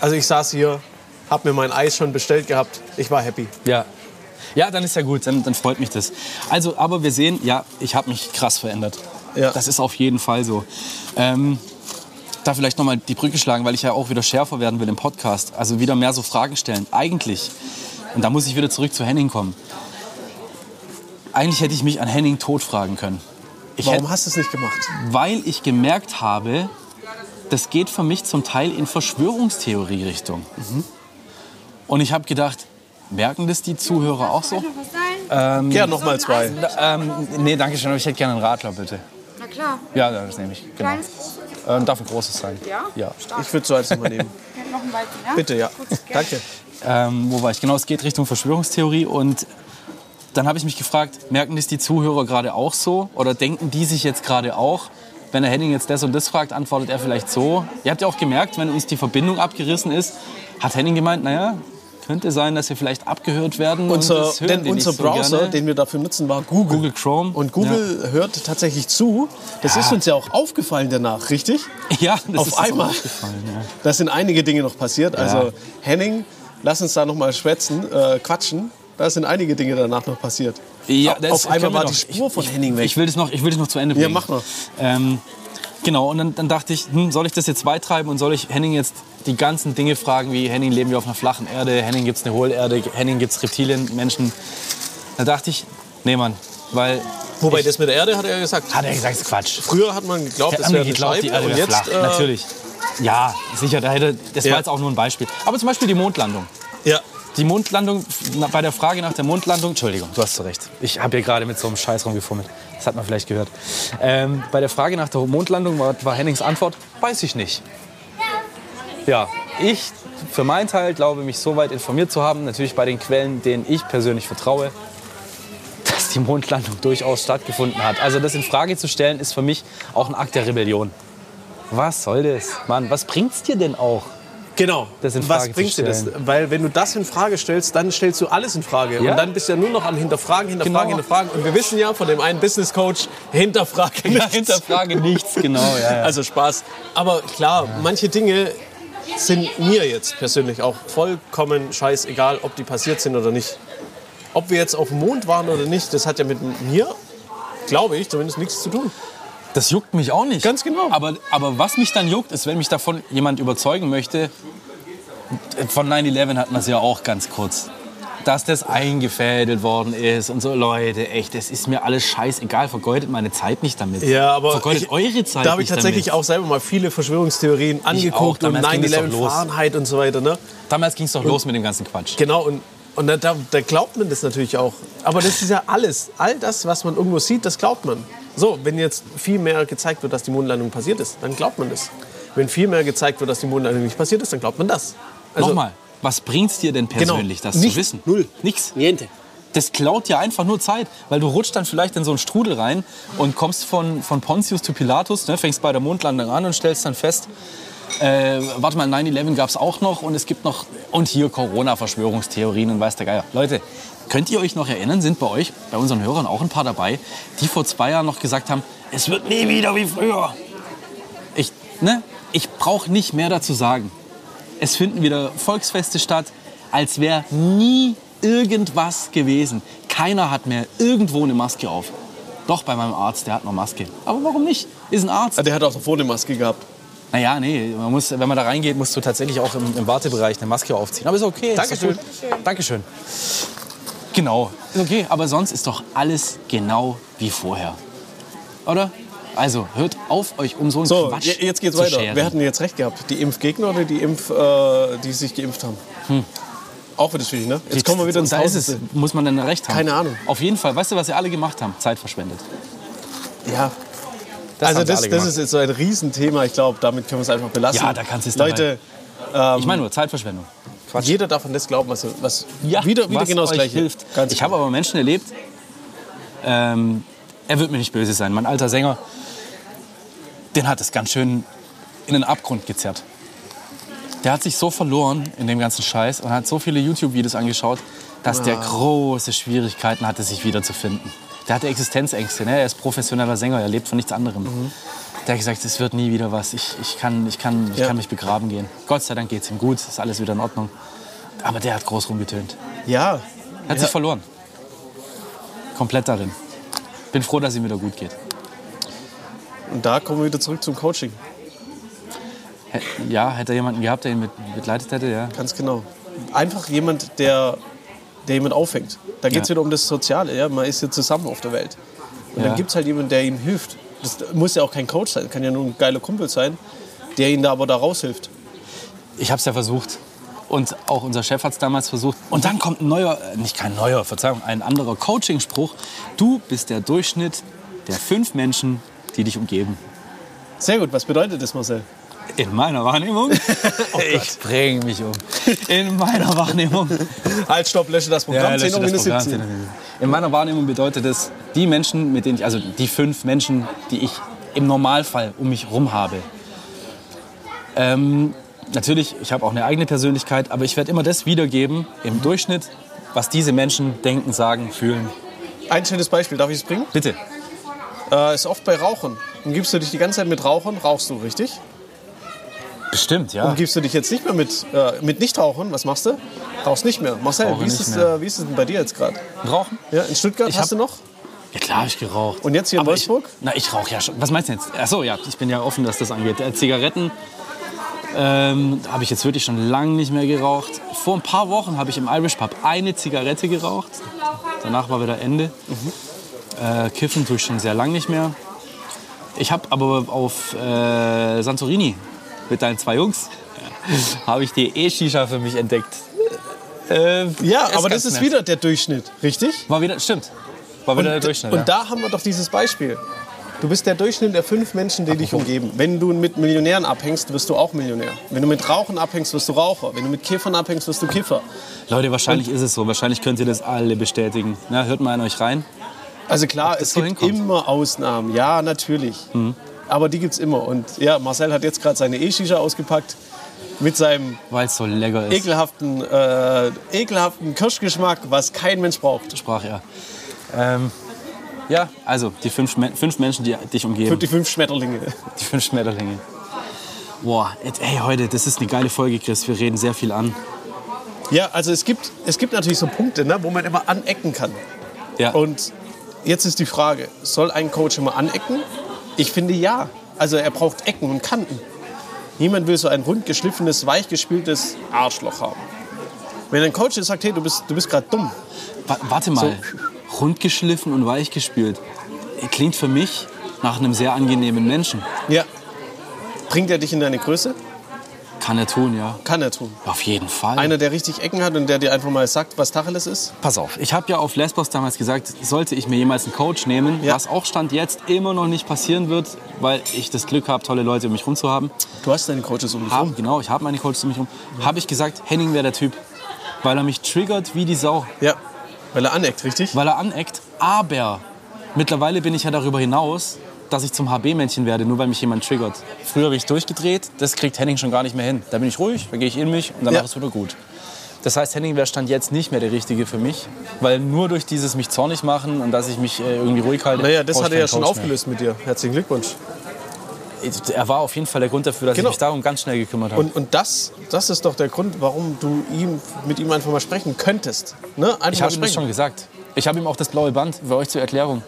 [SPEAKER 2] Also ich saß hier, habe mir mein Eis schon bestellt gehabt. Ich war happy.
[SPEAKER 1] Ja. Ja, dann ist ja gut, dann, dann freut mich das. Also, aber wir sehen, ja, ich habe mich krass verändert.
[SPEAKER 2] Ja.
[SPEAKER 1] Das ist auf jeden Fall so. Ähm, da vielleicht nochmal die Brücke schlagen, weil ich ja auch wieder schärfer werden will im Podcast. Also wieder mehr so Fragen stellen. Eigentlich, und da muss ich wieder zurück zu Henning kommen. Eigentlich hätte ich mich an Henning tot fragen können. Ich hätte,
[SPEAKER 2] Warum hast du es nicht gemacht?
[SPEAKER 1] weil ich gemerkt habe, das geht für mich zum Teil in Verschwörungstheorie-Richtung. Und ich habe gedacht, merken das die Zuhörer auch so? Äh,
[SPEAKER 3] Kann noch was sein?
[SPEAKER 2] ja, nochmal zwei.
[SPEAKER 1] Ähm, nee, danke schön, aber ich hätte gerne einen Radler, bitte.
[SPEAKER 3] Na klar.
[SPEAKER 1] Ja, das nehme ich. Genau.
[SPEAKER 3] Kleines Großes.
[SPEAKER 1] Ähm, darf ein großes sein.
[SPEAKER 3] Ja?
[SPEAKER 1] Ja.
[SPEAKER 2] Ich würde so eins nochmal nehmen.
[SPEAKER 3] Noch ein Weizen, ja?
[SPEAKER 2] Bitte, ja.
[SPEAKER 3] Kurzes Geld.
[SPEAKER 2] Danke.
[SPEAKER 1] Ähm, wo war ich? Genau, es geht Richtung Verschwörungstheorie. Und dann habe ich mich gefragt, merken das die Zuhörer gerade auch so? Oder denken die sich jetzt gerade auch? Wenn der Henning jetzt das und das fragt, antwortet er vielleicht so. Ihr habt ja auch gemerkt, wenn uns die Verbindung abgerissen ist, hat Henning gemeint, naja, könnte sein, dass wir vielleicht abgehört werden. und
[SPEAKER 2] Unser,
[SPEAKER 1] das hören
[SPEAKER 2] denn
[SPEAKER 1] die nicht
[SPEAKER 2] unser
[SPEAKER 1] so
[SPEAKER 2] Browser,
[SPEAKER 1] gerne.
[SPEAKER 2] den wir dafür nutzen, war Google.
[SPEAKER 1] Google Chrome.
[SPEAKER 2] Und Google hört tatsächlich zu. Das ist uns ja auch aufgefallen danach, richtig?
[SPEAKER 1] ja, das
[SPEAKER 2] auf
[SPEAKER 1] ist uns
[SPEAKER 2] einmal.
[SPEAKER 1] aufgefallen, ja.
[SPEAKER 2] Da sind einige Dinge noch passiert. Also Henning, lass uns da noch mal schwätzen, äh, quatschen. Da sind einige Dinge danach noch passiert.
[SPEAKER 1] Ja,
[SPEAKER 2] Au-
[SPEAKER 1] das
[SPEAKER 2] auf einmal
[SPEAKER 1] können wir
[SPEAKER 2] war
[SPEAKER 1] doch.
[SPEAKER 2] die Spur
[SPEAKER 1] ich,
[SPEAKER 2] von
[SPEAKER 1] ich,
[SPEAKER 2] Henning weg.
[SPEAKER 1] Ich will das noch, ich will das noch zu Ende bringen.
[SPEAKER 2] mach noch.
[SPEAKER 1] Ähm, genau, und dann, dann dachte ich, hm, soll ich das jetzt beitreiben und soll ich Henning jetzt die ganzen Dinge fragen, wie Henning leben wir auf einer flachen Erde, Henning gibt's eine Hohlerde, Henning gibt's Reptilien, Menschen. Da dachte ich, nee Mann, weil
[SPEAKER 2] Wobei das mit der Erde hat er ja gesagt.
[SPEAKER 1] hat er gesagt, ist Quatsch.
[SPEAKER 2] Früher hat man geglaubt,
[SPEAKER 1] Der
[SPEAKER 2] das
[SPEAKER 1] andere
[SPEAKER 2] wäre eine
[SPEAKER 1] glaubt, die
[SPEAKER 2] Scheibe.
[SPEAKER 1] Erde
[SPEAKER 2] Und
[SPEAKER 1] wäre
[SPEAKER 2] jetzt
[SPEAKER 1] flach,
[SPEAKER 2] äh,
[SPEAKER 1] natürlich. Ja, sicher, da hätte, das
[SPEAKER 2] Ja.
[SPEAKER 1] war jetzt auch nur ein Beispiel. Aber zum Beispiel die Mondlandung.
[SPEAKER 2] ja,
[SPEAKER 1] Die Mondlandung, na, bei der Frage nach der Mondlandung, Entschuldigung, du hast zu Recht. Ich habe hier gerade mit so einem Scheiß rumgefummelt. Das hat man vielleicht gehört. Ähm, bei der Frage nach der Mondlandung war, war Hennings Antwort, weiß ich nicht. Ja, ich für meinen Teil glaube mich so weit informiert zu haben, natürlich bei den Quellen, denen ich persönlich vertraue, dass die Mondlandung durchaus stattgefunden hat. Also das in Frage zu stellen, ist für mich auch ein Akt der Rebellion. Was soll das? Mann, was bringt's dir denn auch?
[SPEAKER 2] genau.
[SPEAKER 1] Das in
[SPEAKER 2] Was
[SPEAKER 1] Frage zu
[SPEAKER 2] bringt dir das? Weil wenn du das in Frage stellst, dann stellst du alles in Frage.
[SPEAKER 1] Ja.
[SPEAKER 2] Und dann bist du ja nur noch am Hinterfragen, Hinterfragen,
[SPEAKER 1] Genau.
[SPEAKER 2] Hinterfragen. Und wir wissen ja von dem einen Business Coach, Hinterfrage. nichts.
[SPEAKER 1] Hinterfrage nichts, genau. Ja, ja.
[SPEAKER 2] Also Spaß. Aber klar, manche Dinge sind mir jetzt persönlich auch vollkommen scheißegal, ob die passiert sind oder nicht. Ob wir jetzt auf dem Mond waren oder nicht, das hat ja mit mir, glaube ich, zumindest nichts zu tun.
[SPEAKER 1] Das juckt mich auch nicht.
[SPEAKER 2] Ganz genau.
[SPEAKER 1] Aber, aber was mich dann juckt, ist, wenn mich davon jemand überzeugen möchte, von 9-11 hatten wir es ja auch ganz kurz, dass das eingefädelt worden ist und so, Leute, echt, das ist mir alles scheißegal, vergeudet meine Zeit nicht damit. vergeudet eure Zeit
[SPEAKER 2] da habe ich
[SPEAKER 1] nicht
[SPEAKER 2] tatsächlich
[SPEAKER 1] damit.
[SPEAKER 2] auch selber mal viele Verschwörungstheorien angeguckt und
[SPEAKER 1] damals ging das doch
[SPEAKER 2] 9-11
[SPEAKER 1] los.
[SPEAKER 2] Fahrenheit und so weiter. Ne?
[SPEAKER 1] Damals ging es doch los mit dem ganzen Quatsch.
[SPEAKER 2] Genau, und, und da, da, da glaubt man das natürlich auch. Aber das ist ja alles. All das, was man irgendwo sieht, das glaubt man. So, wenn jetzt viel mehr gezeigt wird, dass die Mondlandung passiert ist, dann glaubt man das. Wenn viel mehr gezeigt wird, dass die Mondlandung nicht passiert ist, dann glaubt man das. Also, genau.
[SPEAKER 1] Nochmal, was bringt's dir denn persönlich, das
[SPEAKER 2] Nichts.
[SPEAKER 1] zu wissen?
[SPEAKER 2] Null.
[SPEAKER 1] Nix.
[SPEAKER 2] Niente.
[SPEAKER 1] Das klaut dir einfach nur Zeit, weil du rutscht dann vielleicht in so einen Strudel rein und kommst von, von Pontius zu Pilatus, ne, fängst bei der Mondlandung an und stellst dann fest, äh, warte mal, 9-11 gab es auch noch und es gibt noch, und hier Corona-Verschwörungstheorien und weiß der Geier. Leute, könnt ihr euch noch erinnern, sind bei euch, bei unseren Hörern auch ein paar dabei, die vor zwei Jahren noch gesagt haben, es wird nie wieder wie früher. Ich, ne, ich brauche nicht mehr dazu sagen. Es finden wieder Volksfeste statt, als wäre nie irgendwas gewesen. Keiner hat mehr irgendwo eine Maske auf. Doch bei meinem Arzt, der hat noch Maske. Aber warum nicht? Ist ein Arzt.
[SPEAKER 2] Ah, Der hat auch davor eine Maske gehabt.
[SPEAKER 1] Naja, nee, man muss, wenn man da reingeht, musst du tatsächlich auch im, im Wartebereich eine Maske aufziehen. Aber ist okay. ist
[SPEAKER 2] Dankeschön.
[SPEAKER 1] doch gut. Dankeschön. Genau. Ist okay, aber sonst ist doch alles genau wie vorher. Oder? Also, hört auf, euch um so einen
[SPEAKER 2] So,
[SPEAKER 1] Quatsch
[SPEAKER 2] je- jetzt geht's
[SPEAKER 1] zu
[SPEAKER 2] weiter.
[SPEAKER 1] scheren.
[SPEAKER 2] Wer hat denn jetzt recht gehabt? Die Impfgegner oder die, Impf, äh, die sich geimpft haben? Auch wieder schwierig, ne? Jetzt kommen wir wieder ins
[SPEAKER 1] Hm. Und da ist es.
[SPEAKER 2] Tausendste.
[SPEAKER 1] Muss man dann recht haben?
[SPEAKER 2] Keine Ahnung.
[SPEAKER 1] Auf jeden Fall. Weißt du, was sie alle gemacht haben? Zeit verschwendet.
[SPEAKER 2] Ja.
[SPEAKER 1] haben
[SPEAKER 2] also
[SPEAKER 1] sie
[SPEAKER 2] das,
[SPEAKER 1] alle
[SPEAKER 2] das
[SPEAKER 1] gemacht.
[SPEAKER 2] ist jetzt so ein Riesenthema. Ich glaube, damit können wir es einfach belassen.
[SPEAKER 1] Ja, da kannst du es dabei.
[SPEAKER 2] Leute, Ähm,
[SPEAKER 1] Ich meine nur, Zeitverschwendung. Quatsch.
[SPEAKER 2] jeder darf an das glauben, was, was
[SPEAKER 1] Ja,
[SPEAKER 2] wieder, wieder
[SPEAKER 1] was
[SPEAKER 2] genau das
[SPEAKER 1] euch
[SPEAKER 2] Gleiche
[SPEAKER 1] hilft.
[SPEAKER 2] Ganz
[SPEAKER 1] ich habe aber Menschen erlebt, ähm, er wird mir nicht böse sein, mein alter Sänger, den hat es ganz schön in den Abgrund gezerrt. Der hat sich so verloren in dem ganzen Scheiß und hat so viele YouTube-Videos angeschaut, dass der große Schwierigkeiten hatte, sich wiederzufinden. Der hatte Existenzängste, ne? er ist professioneller Sänger, er lebt von nichts anderem. Der hat gesagt, es wird nie wieder was, ich, ich, kann, ich, kann, ich
[SPEAKER 2] Ja.
[SPEAKER 1] kann mich begraben gehen. Gott sei Dank geht es ihm gut, ist alles wieder in Ordnung. Aber der hat groß rumgetönt.
[SPEAKER 2] Ja.
[SPEAKER 1] Hat sich verloren. Komplett darin. Bin froh, dass ihm wieder gut geht.
[SPEAKER 2] Und da kommen wir wieder zurück zum Coaching.
[SPEAKER 1] Hä- Ja, hätte er jemanden gehabt, der ihn mit- begleitet hätte, ja.
[SPEAKER 2] Ganz genau. Einfach jemand, der, der jemand auffängt. Da geht es
[SPEAKER 1] Ja.
[SPEAKER 2] wieder um das Soziale. Ja? Man ist ja zusammen auf der Welt. Und
[SPEAKER 1] Ja.
[SPEAKER 2] dann gibt es halt jemanden, der ihm hilft. Das muss ja auch kein Coach sein, kann ja nur ein geiler Kumpel sein, der ihn da aber da raushilft.
[SPEAKER 1] Ich habe es ja versucht. Und auch unser Chef hat es damals versucht. Und dann kommt ein neuer, äh, nicht kein neuer, Verzeihung, ein anderer Coaching-Spruch. Du bist der Durchschnitt der fünf Menschen, die dich umgeben.
[SPEAKER 2] Sehr gut, was bedeutet das, Marcel?
[SPEAKER 1] In meiner Wahrnehmung. ich bringe mich um. In meiner Wahrnehmung.
[SPEAKER 2] Halt, stopp, lösche das Programm, 10
[SPEAKER 1] lösche
[SPEAKER 2] Uhr minus
[SPEAKER 1] das Programm,
[SPEAKER 2] 17.
[SPEAKER 1] 10 Uhr minus 17. In meiner Wahrnehmung bedeutet es, die Menschen, mit denen ich, also die fünf Menschen, die ich im Normalfall um mich herum habe. Ähm, natürlich, ich habe auch eine eigene Persönlichkeit, aber ich werde immer das wiedergeben im Durchschnitt, was diese Menschen denken, sagen, fühlen.
[SPEAKER 2] Ein schönes Beispiel, darf ich es bringen?
[SPEAKER 1] Bitte.
[SPEAKER 2] Äh, ist oft bei Rauchen. Umgibst du dich die ganze Zeit mit Rauchern, rauchst du, richtig?
[SPEAKER 1] Bestimmt, ja.
[SPEAKER 2] Umgibst du dich jetzt nicht mehr mit, äh, mit Nichtrauchern, was machst du? Rauchst nicht mehr. Marcel,
[SPEAKER 1] Rauche
[SPEAKER 2] wie ist,
[SPEAKER 1] nicht
[SPEAKER 2] es,
[SPEAKER 1] mehr.
[SPEAKER 2] äh, wie ist es denn bei dir jetzt gerade?
[SPEAKER 1] Rauchen?
[SPEAKER 2] Ja, in Stuttgart
[SPEAKER 1] Ich hab-
[SPEAKER 2] hast du noch?
[SPEAKER 1] Ja, klar habe ich geraucht.
[SPEAKER 2] Und jetzt hier in
[SPEAKER 1] Aber ich-
[SPEAKER 2] Wolfsburg?
[SPEAKER 1] Na, ich rauche ja schon. Was meinst du jetzt? Ach so, ja, ich bin ja offen, dass das angeht. Äh, Zigaretten ähm, habe ich jetzt wirklich schon lange nicht mehr geraucht. Vor ein paar Wochen habe ich im Irish Pub eine Zigarette geraucht. Danach war wieder Ende. Äh, Kiffen tue ich schon sehr lange nicht mehr. Ich habe aber auf äh, Santorini mit deinen zwei Jungs habe ich die E-Shisha für mich entdeckt. Äh,
[SPEAKER 2] Ja,
[SPEAKER 1] ist
[SPEAKER 2] aber
[SPEAKER 1] ganz
[SPEAKER 2] das ist
[SPEAKER 1] nett.
[SPEAKER 2] wieder der Durchschnitt, richtig?
[SPEAKER 1] War wieder, stimmt. War wieder der Durchschnitt.
[SPEAKER 2] und
[SPEAKER 1] ja.
[SPEAKER 2] da haben wir doch dieses Beispiel. Du bist der Durchschnitt der fünf Menschen, die dich umgeben. Wenn du mit Millionären abhängst, wirst du auch Millionär. Wenn du mit Rauchen abhängst, wirst du Raucher. Wenn du mit Kiffern abhängst, wirst du Kiffer.
[SPEAKER 1] Leute, wahrscheinlich ist es so. Wahrscheinlich könnt ihr das alle bestätigen. Na, hört mal in euch rein.
[SPEAKER 2] Also klar,
[SPEAKER 1] das Mhm.
[SPEAKER 2] es
[SPEAKER 1] so
[SPEAKER 2] gibt
[SPEAKER 1] hinkommt.
[SPEAKER 2] immer Ausnahmen. Ja, natürlich. Aber die gibt's immer. Und ja, Marcel hat jetzt gerade seine E-Shisha ausgepackt mit seinem
[SPEAKER 1] Weil es so lecker ist,
[SPEAKER 2] ekelhaften, äh, ekelhaften Kirschgeschmack, was kein Mensch braucht.
[SPEAKER 1] sprach er. Ähm, ja, also die fünf, Me fünf Menschen, die dich umgeben.
[SPEAKER 2] Für die fünf Schmetterlinge.
[SPEAKER 1] Die fünf Schmetterlinge. Boah, et- ey, heute, das ist eine geile Folge, Chris. Wir reden sehr viel an.
[SPEAKER 2] Ja, also es gibt, es gibt natürlich so Punkte, ne, wo man immer anecken kann.
[SPEAKER 1] Ja,
[SPEAKER 2] Und jetzt ist die Frage, soll ein Coach immer anecken? Ich finde ja. Also er braucht Ecken und Kanten. Niemand will so ein rund geschliffenes, weich gespieltes Arschloch haben. Wenn ein Coach jetzt sagt, hey, du bist, du bist gerade dumm.
[SPEAKER 1] wa warte mal. Rundgeschliffen und weich gespült. Klingt für mich nach einem sehr angenehmen Menschen.
[SPEAKER 2] Ja. Bringt er dich in deine Größe?
[SPEAKER 1] Kann er tun, ja.
[SPEAKER 2] Kann er tun.
[SPEAKER 1] Auf jeden Fall.
[SPEAKER 2] Einer, der richtig Ecken hat und der dir einfach mal sagt, was Tacheles ist?
[SPEAKER 1] Pass auf, ich habe ja auf Lesbos damals gesagt, sollte ich mir jemals einen Coach nehmen,
[SPEAKER 2] Ja.
[SPEAKER 1] was auch Stand jetzt immer noch nicht passieren wird, weil ich das Glück habe, tolle Leute um mich rum zu haben.
[SPEAKER 2] Du hast deine Coaches um dich
[SPEAKER 1] Hab,
[SPEAKER 2] rum.
[SPEAKER 1] Genau, ich habe meine Coaches um mich rum. Habe ich gesagt, Henning wäre der Typ, weil er mich triggert wie die Sau,
[SPEAKER 2] Ja. Weil er aneckt, richtig?
[SPEAKER 1] weil er aneckt. Aber mittlerweile bin ich ja darüber hinaus, dass ich zum HB-Männchen werde, nur weil mich jemand triggert. Früher bin ich durchgedreht, das kriegt Henning schon gar nicht mehr hin. Da bin ich ruhig, da gehe ich in mich und danach
[SPEAKER 2] Ja.
[SPEAKER 1] ist wieder gut. Das heißt, Henning wäre Stand jetzt nicht mehr der Richtige für mich, weil nur durch dieses mich zornig machen und dass ich mich äh, irgendwie ruhig halte.
[SPEAKER 2] Naja, das
[SPEAKER 1] brauche ich
[SPEAKER 2] hat er ja
[SPEAKER 1] keinen
[SPEAKER 2] schon
[SPEAKER 1] Coach
[SPEAKER 2] aufgelöst mit dir. Herzlichen Glückwunsch.
[SPEAKER 1] Mehr. Er war auf jeden Fall der Grund dafür, dass
[SPEAKER 2] Genau.
[SPEAKER 1] ich mich darum ganz schnell gekümmert habe.
[SPEAKER 2] Und, und das, das ist doch der Grund, warum du ihm, mit ihm einfach mal sprechen könntest. Ne? Einfach
[SPEAKER 1] ich
[SPEAKER 2] mal
[SPEAKER 1] habe ihm
[SPEAKER 2] sprechen.
[SPEAKER 1] das schon gesagt. Ich habe ihm auch das blaue Band, für euch zur Erklärung.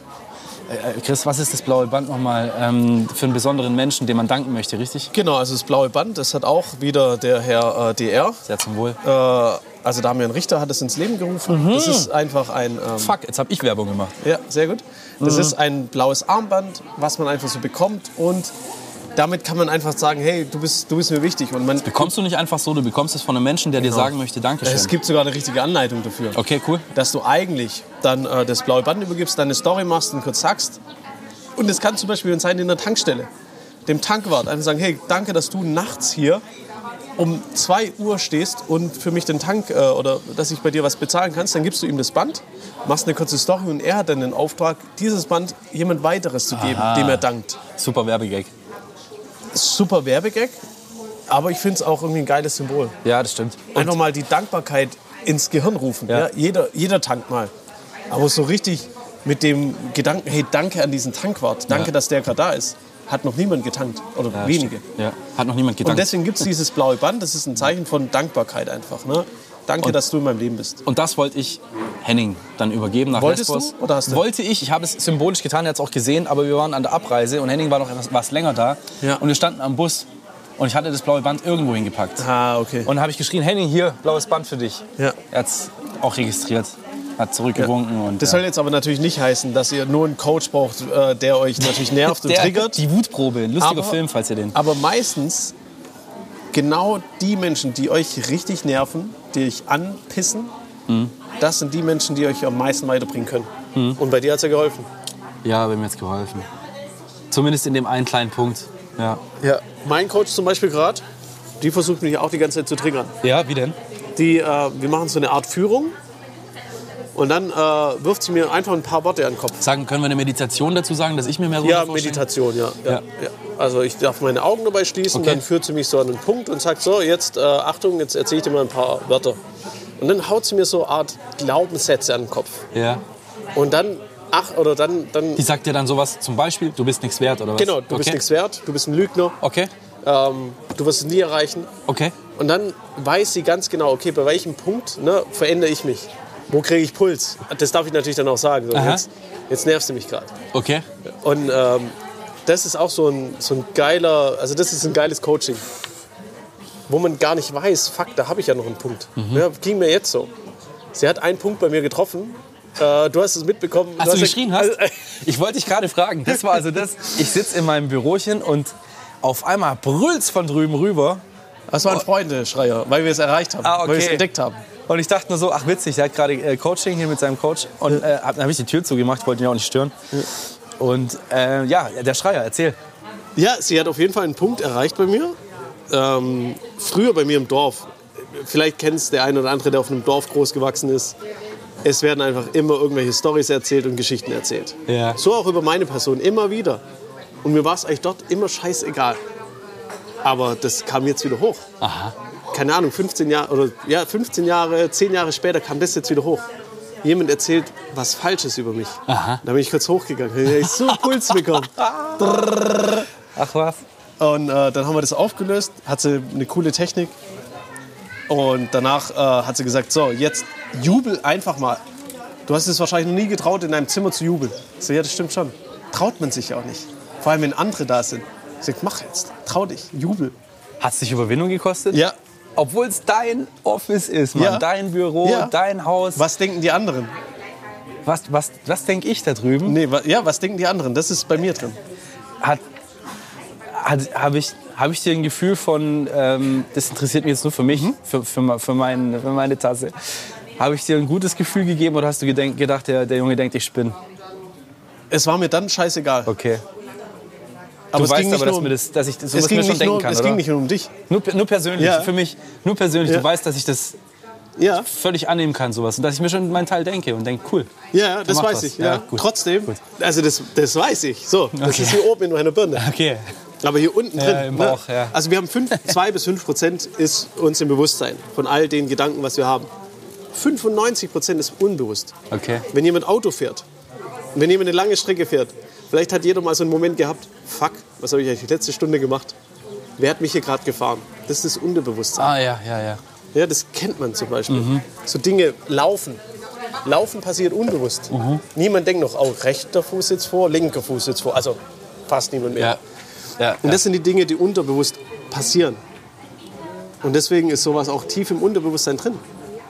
[SPEAKER 1] Äh, äh, Chris, was ist das blaue Band nochmal ähm, für einen besonderen Menschen, dem man danken möchte, richtig?
[SPEAKER 2] Genau, also das blaue Band, das hat auch wieder der Herr äh, DR.
[SPEAKER 1] Sehr zum Wohl.
[SPEAKER 2] Äh, also Damian Richter hat es ins Leben gerufen. Das ist einfach ein, ähm,
[SPEAKER 1] Mhm. Fuck, Mhm. jetzt habe ich Werbung gemacht.
[SPEAKER 2] ja, sehr gut. Das ist ein blaues Armband, was man einfach so bekommt und damit kann man einfach sagen, hey, du bist, du bist mir wichtig. Und man,
[SPEAKER 1] Bekommst du nicht einfach so, du bekommst es von einem Menschen, der dir sagen möchte, Dankeschön.
[SPEAKER 2] Genau. es gibt sogar eine richtige Anleitung dafür.
[SPEAKER 1] okay, cool.
[SPEAKER 2] dass du eigentlich dann äh, das blaue Band übergibst, deine Story machst und kurz sagst. Und es kann zum Beispiel sein in der Tankstelle, dem Tankwart, einfach sagen, hey, danke, dass du nachts hier um 2 Uhr stehst und für mich den Tank äh, oder dass ich bei dir was bezahlen kannst, dann gibst du ihm das Band, machst eine kurze Story und er hat dann den Auftrag, dieses Band jemand weiteres zu geben,
[SPEAKER 1] Aha.
[SPEAKER 2] dem er dankt.
[SPEAKER 1] Super Werbegag.
[SPEAKER 2] Super Werbegag, aber ich finde es auch irgendwie ein geiles Symbol.
[SPEAKER 1] Ja, das stimmt. Und
[SPEAKER 2] Einfach mal die Dankbarkeit ins Gehirn rufen.
[SPEAKER 1] Ja.
[SPEAKER 2] Ja. Jeder, jeder tankt mal. Aber so richtig mit dem Gedanken, hey, danke an diesen Tankwart, danke,
[SPEAKER 1] Ja.
[SPEAKER 2] dass der gerade da ist, hat noch niemand getankt oder
[SPEAKER 1] ja,
[SPEAKER 2] wenige.
[SPEAKER 1] stimmt. Ja, hat noch niemand
[SPEAKER 2] Und
[SPEAKER 1] gedankt.
[SPEAKER 2] deswegen gibt es dieses blaue Band, das ist ein Zeichen von Dankbarkeit einfach. Ne? Danke,
[SPEAKER 1] Und-
[SPEAKER 2] dass du in meinem Leben bist.
[SPEAKER 1] Und das wollte ich Henning dann übergeben nach
[SPEAKER 2] Wolltest
[SPEAKER 1] Lesbos.
[SPEAKER 2] du oder hast du?
[SPEAKER 1] Wollte ich. Ich habe es symbolisch getan, er hat es auch gesehen, aber wir waren an der Abreise und Henning war noch etwas was länger da.
[SPEAKER 2] Ja.
[SPEAKER 1] Und wir standen am Bus und ich hatte das blaue Band irgendwo hingepackt.
[SPEAKER 2] Ah, okay.
[SPEAKER 1] Und habe ich geschrien, Henning, hier, blaues Band für dich.
[SPEAKER 2] Ja.
[SPEAKER 1] Er hat es auch registriert, hat zurückgewunken. Und,
[SPEAKER 2] das
[SPEAKER 1] ja.
[SPEAKER 2] soll jetzt aber natürlich nicht heißen, dass ihr nur einen Coach braucht, äh, der euch natürlich nervt und
[SPEAKER 1] der
[SPEAKER 2] triggert.
[SPEAKER 1] Die Wutprobe, ein lustiger
[SPEAKER 2] Aber-
[SPEAKER 1] Film, falls ihr den...
[SPEAKER 2] Aber meistens genau die Menschen, die euch richtig nerven, die euch anpissen, das sind die Menschen, die euch am meisten weiterbringen können. Und bei dir hat es ja geholfen.
[SPEAKER 1] Ja, wir haben jetzt geholfen. Zumindest in dem einen kleinen Punkt. Ja,
[SPEAKER 2] Ja. Mein Coach zum Beispiel gerade, die versucht mich auch die ganze Zeit zu triggern.
[SPEAKER 1] ja wie denn?
[SPEAKER 2] Die, äh, wir machen so eine Art Führung und dann äh, wirft sie mir einfach ein paar Worte an den Kopf.
[SPEAKER 1] Sagen, können wir eine Meditation dazu sagen, dass ich mir mehr Ruhe
[SPEAKER 2] Ja,
[SPEAKER 1] vorstelle?
[SPEAKER 2] Meditation, ja. ja.
[SPEAKER 1] Ja.
[SPEAKER 2] ja. Also ich darf meine Augen dabei schließen,
[SPEAKER 1] Okay.
[SPEAKER 2] dann führt sie mich so an einen Punkt und sagt so, jetzt äh, Achtung, jetzt erzähle ich dir mal ein paar Wörter. Und dann haut sie mir so eine Art Glaubenssätze an den Kopf.
[SPEAKER 1] Ja.
[SPEAKER 2] Und dann, ach, oder dann, dann
[SPEAKER 1] Die sagt dir dann sowas, zum Beispiel, du bist nichts wert oder was?
[SPEAKER 2] genau, du
[SPEAKER 1] okay.
[SPEAKER 2] bist nichts wert, du bist ein Lügner,
[SPEAKER 1] Okay,
[SPEAKER 2] ähm, du wirst es nie erreichen.
[SPEAKER 1] okay.
[SPEAKER 2] Und dann weiß sie ganz genau, okay, bei welchem Punkt ne, verändere ich mich? Wo kriege ich Puls? Das darf ich natürlich dann auch sagen. So,
[SPEAKER 1] Aha.
[SPEAKER 2] jetzt, jetzt nervst du mich gerade.
[SPEAKER 1] Okay.
[SPEAKER 2] Und ähm, das ist auch so ein, so ein geiler, also das ist ein geiles Coaching, wo man gar nicht weiß, fuck, da habe ich ja noch einen Punkt.
[SPEAKER 1] Mhm.
[SPEAKER 2] Ja, ging mir jetzt so. Sie hat einen Punkt bei mir getroffen. Äh, du hast es mitbekommen.
[SPEAKER 1] Hast du,
[SPEAKER 2] hast ja- Also, äh,
[SPEAKER 1] geschrien hast? Ich wollte dich gerade fragen. Das war also das. Ich sitze in meinem Bürochen und auf einmal brüllt's von drüben rüber.
[SPEAKER 2] Das waren Freunde, Schreier, weil wir es erreicht haben,
[SPEAKER 1] Ah, okay.
[SPEAKER 2] weil wir es entdeckt haben.
[SPEAKER 1] Und ich dachte nur so, ach witzig, der hat gerade äh, Coaching hier mit seinem Coach. Und äh, hab- dann habe ich die Tür zugemacht, ich wollte ihn ja auch nicht stören. Und äh, ja, der Schreier, erzähl.
[SPEAKER 2] Ja, sie hat auf jeden Fall einen Punkt erreicht bei mir. Ähm, früher bei mir im Dorf. Vielleicht kennt es der eine oder andere, der auf einem Dorf groß gewachsen ist. Es werden einfach immer irgendwelche Stories erzählt und Geschichten erzählt.
[SPEAKER 1] Ja.
[SPEAKER 2] So auch über meine Person, immer wieder. Und mir war es eigentlich dort immer scheißegal. Aber das kam jetzt wieder hoch.
[SPEAKER 1] Aha.
[SPEAKER 2] Keine Ahnung, 15 Jahre oder ja, 15 Jahre, 10 Jahre später kam das jetzt wieder hoch. Jemand erzählt was Falsches über mich.
[SPEAKER 1] Aha.
[SPEAKER 2] Da bin ich kurz hochgegangen. Da habe ich so einen Puls bekommen.
[SPEAKER 1] Ach was.
[SPEAKER 2] Und äh, dann haben wir das aufgelöst, hat sie eine coole Technik. Und danach äh, hat sie gesagt, so, jetzt jubel einfach mal. Du hast es wahrscheinlich noch nie getraut, in deinem Zimmer zu jubeln. So, ja, das stimmt schon. Traut man sich auch nicht. Vor allem, wenn andere da sind. Sie sagt, mach jetzt, trau dich, jubel.
[SPEAKER 1] Hat's dich Überwindung gekostet?
[SPEAKER 2] Ja.
[SPEAKER 1] Obwohl es dein Office ist, Mann.
[SPEAKER 2] Ja.
[SPEAKER 1] Dein Büro,
[SPEAKER 2] Ja.
[SPEAKER 1] dein Haus.
[SPEAKER 2] Was denken die anderen?
[SPEAKER 1] Was, was, was denke ich da drüben?
[SPEAKER 2] Nee, wa ja, was denken die anderen? Das ist bei mir drin.
[SPEAKER 1] Hat, hat, habe ich, hab ich dir ein Gefühl von, ähm, das interessiert mich jetzt nur für mich,
[SPEAKER 2] Mhm.
[SPEAKER 1] für, für, me- für, mein, für meine Tasse. Habe ich dir ein gutes Gefühl gegeben oder hast du gedenk, gedacht, der, der Junge denkt, ich spinne?
[SPEAKER 2] Es war mir dann scheißegal.
[SPEAKER 1] Okay. Du
[SPEAKER 2] Aber es
[SPEAKER 1] weißt
[SPEAKER 2] ging nicht
[SPEAKER 1] aber, dass,
[SPEAKER 2] nur, um
[SPEAKER 1] mir das, dass ich das-
[SPEAKER 2] es
[SPEAKER 1] sowas
[SPEAKER 2] ging
[SPEAKER 1] mir schon
[SPEAKER 2] nicht
[SPEAKER 1] denken
[SPEAKER 2] nur,
[SPEAKER 1] kann,
[SPEAKER 2] es
[SPEAKER 1] oder?
[SPEAKER 2] ging nicht nur um dich.
[SPEAKER 1] Nur, nur persönlich,
[SPEAKER 2] Ja.
[SPEAKER 1] für mich. Nur persönlich.
[SPEAKER 2] Ja.
[SPEAKER 1] Du weißt, dass ich das
[SPEAKER 2] Ja,
[SPEAKER 1] völlig annehmen kann, sowas. Und dass ich mir schon meinen Teil denke und denke, cool.
[SPEAKER 2] ja das
[SPEAKER 1] macht
[SPEAKER 2] weiß
[SPEAKER 1] was.
[SPEAKER 2] ich. Ja.
[SPEAKER 1] Ja, gut.
[SPEAKER 2] Trotzdem,
[SPEAKER 1] Gut.
[SPEAKER 2] also das, das weiß ich. So, das
[SPEAKER 1] Okay.
[SPEAKER 2] ist hier oben in meiner Birne.
[SPEAKER 1] Okay.
[SPEAKER 2] Aber hier unten drin.
[SPEAKER 1] Ja, im Bauch,
[SPEAKER 2] ne?
[SPEAKER 1] ja.
[SPEAKER 2] Also wir haben fünf, zwei bis fünf Prozent ist uns im Bewusstsein von all den Gedanken, was wir haben. 95 Prozent ist unbewusst.
[SPEAKER 1] Okay.
[SPEAKER 2] Wenn jemand Auto fährt, wenn jemand eine lange Strecke fährt, vielleicht hat jeder mal so einen Moment gehabt, fuck, was habe ich eigentlich die letzte Stunde gemacht? Wer hat mich hier gerade gefahren? Das ist das Unterbewusstsein.
[SPEAKER 1] Ah, ja, ja, ja.
[SPEAKER 2] Ja, das kennt man zum Beispiel. So Dinge laufen. Laufen passiert unbewusst. Niemand denkt noch, oh, rechter Fuß jetzt vor, linker Fuß jetzt vor. Also fast niemand mehr.
[SPEAKER 1] Ja. ja.
[SPEAKER 2] Und das sind die Dinge, die unterbewusst passieren. Und deswegen ist sowas auch tief im Unterbewusstsein drin.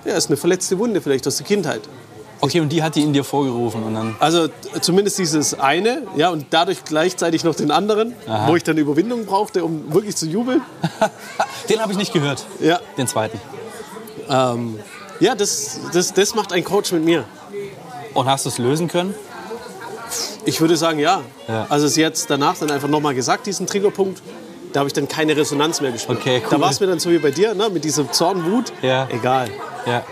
[SPEAKER 2] Ja, ist eine verletzte Wunde vielleicht aus der Kindheit.
[SPEAKER 1] Okay, und die hat die in dir vorgerufen und dann.
[SPEAKER 2] Also t- zumindest dieses eine, ja, und dadurch gleichzeitig noch den anderen, wo ich dann Überwindung brauchte, um wirklich zu jubeln.
[SPEAKER 1] Ah, Den habe ich nicht gehört.
[SPEAKER 2] Ja,
[SPEAKER 1] Den zweiten.
[SPEAKER 2] ähm, ja das, das, das macht ein Coach mit mir.
[SPEAKER 1] Und hast du es lösen können?
[SPEAKER 2] Ich würde sagen, ja.
[SPEAKER 1] Ja.
[SPEAKER 2] Also sie hat danach dann einfach nochmal gesagt, diesen Triggerpunkt. Da habe ich dann keine Resonanz mehr gespürt.
[SPEAKER 1] Okay, cool.
[SPEAKER 2] Da war es mir dann so wie bei dir, ne, mit diesem Zorn, Wut.
[SPEAKER 1] Ja.
[SPEAKER 2] Egal.
[SPEAKER 1] Ja.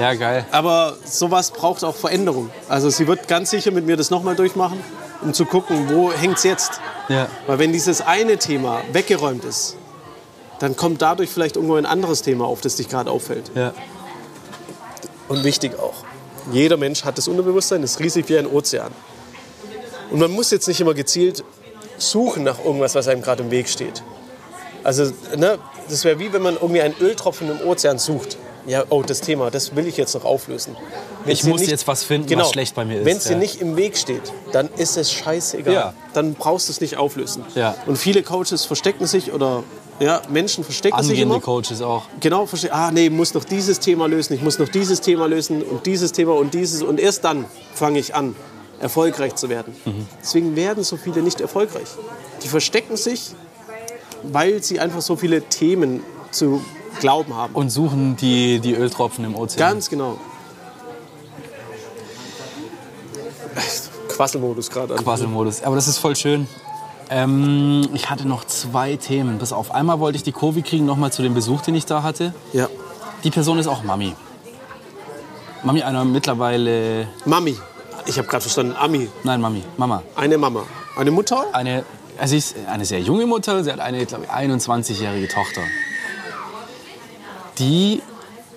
[SPEAKER 1] Ja, geil.
[SPEAKER 2] Aber sowas braucht auch Veränderung. Also sie wird ganz sicher mit mir das nochmal durchmachen, um zu gucken, wo hängt es jetzt.
[SPEAKER 1] Ja.
[SPEAKER 2] Weil wenn dieses eine Thema weggeräumt ist, dann kommt dadurch vielleicht irgendwo ein anderes Thema auf, das dich gerade auffällt.
[SPEAKER 1] Ja.
[SPEAKER 2] Und wichtig auch. Jeder Mensch hat das Unterbewusstsein, ist riesig wie ein Ozean. Und man muss jetzt nicht immer gezielt suchen nach irgendwas, was einem gerade im Weg steht. Also, ne, das wäre wie wenn man irgendwie einen Öltropfen im Ozean sucht. Ja, oh, das Thema, das will ich jetzt noch auflösen. Wenn's
[SPEAKER 1] Ich
[SPEAKER 2] dir
[SPEAKER 1] muss jetzt was finden, was schlecht bei mir ist,
[SPEAKER 2] genau, Wenn es dir
[SPEAKER 1] ja.
[SPEAKER 2] nicht im Weg steht, dann ist es scheißegal.
[SPEAKER 1] Ja.
[SPEAKER 2] Dann brauchst du es nicht auflösen.
[SPEAKER 1] Ja.
[SPEAKER 2] Und viele Coaches verstecken sich oder ja, Menschen verstecken sich
[SPEAKER 1] Angehende
[SPEAKER 2] immer.
[SPEAKER 1] Coaches auch.
[SPEAKER 2] Genau, verstehe. Ah, nee, muss noch dieses Thema lösen, ich muss noch dieses Thema lösen und dieses Thema und dieses. Und erst dann fange ich an, erfolgreich zu werden. Deswegen werden so viele nicht erfolgreich. Die verstecken sich, weil sie einfach so viele Themen zu glauben haben.
[SPEAKER 1] Und suchen die, die Öltropfen im Ozean.
[SPEAKER 2] Ganz genau. Quasselmodus gerade. an.
[SPEAKER 1] Quasselmodus. Aber das ist voll schön. Ähm, ich hatte noch zwei Themen. Bis auf einmal wollte ich die Kurve kriegen, nochmal zu dem Besuch, den ich da hatte.
[SPEAKER 2] Ja.
[SPEAKER 1] Die Person ist auch Mami. Mami einer mittlerweile.
[SPEAKER 2] Mami. Ich habe gerade verstanden, Ami.
[SPEAKER 1] Nein, Mami. Mama.
[SPEAKER 2] Eine Mama. Eine Mutter?
[SPEAKER 1] Eine, also sie ist eine sehr junge Mutter. Sie hat eine, glaube ich, 21-jährige Tochter. Die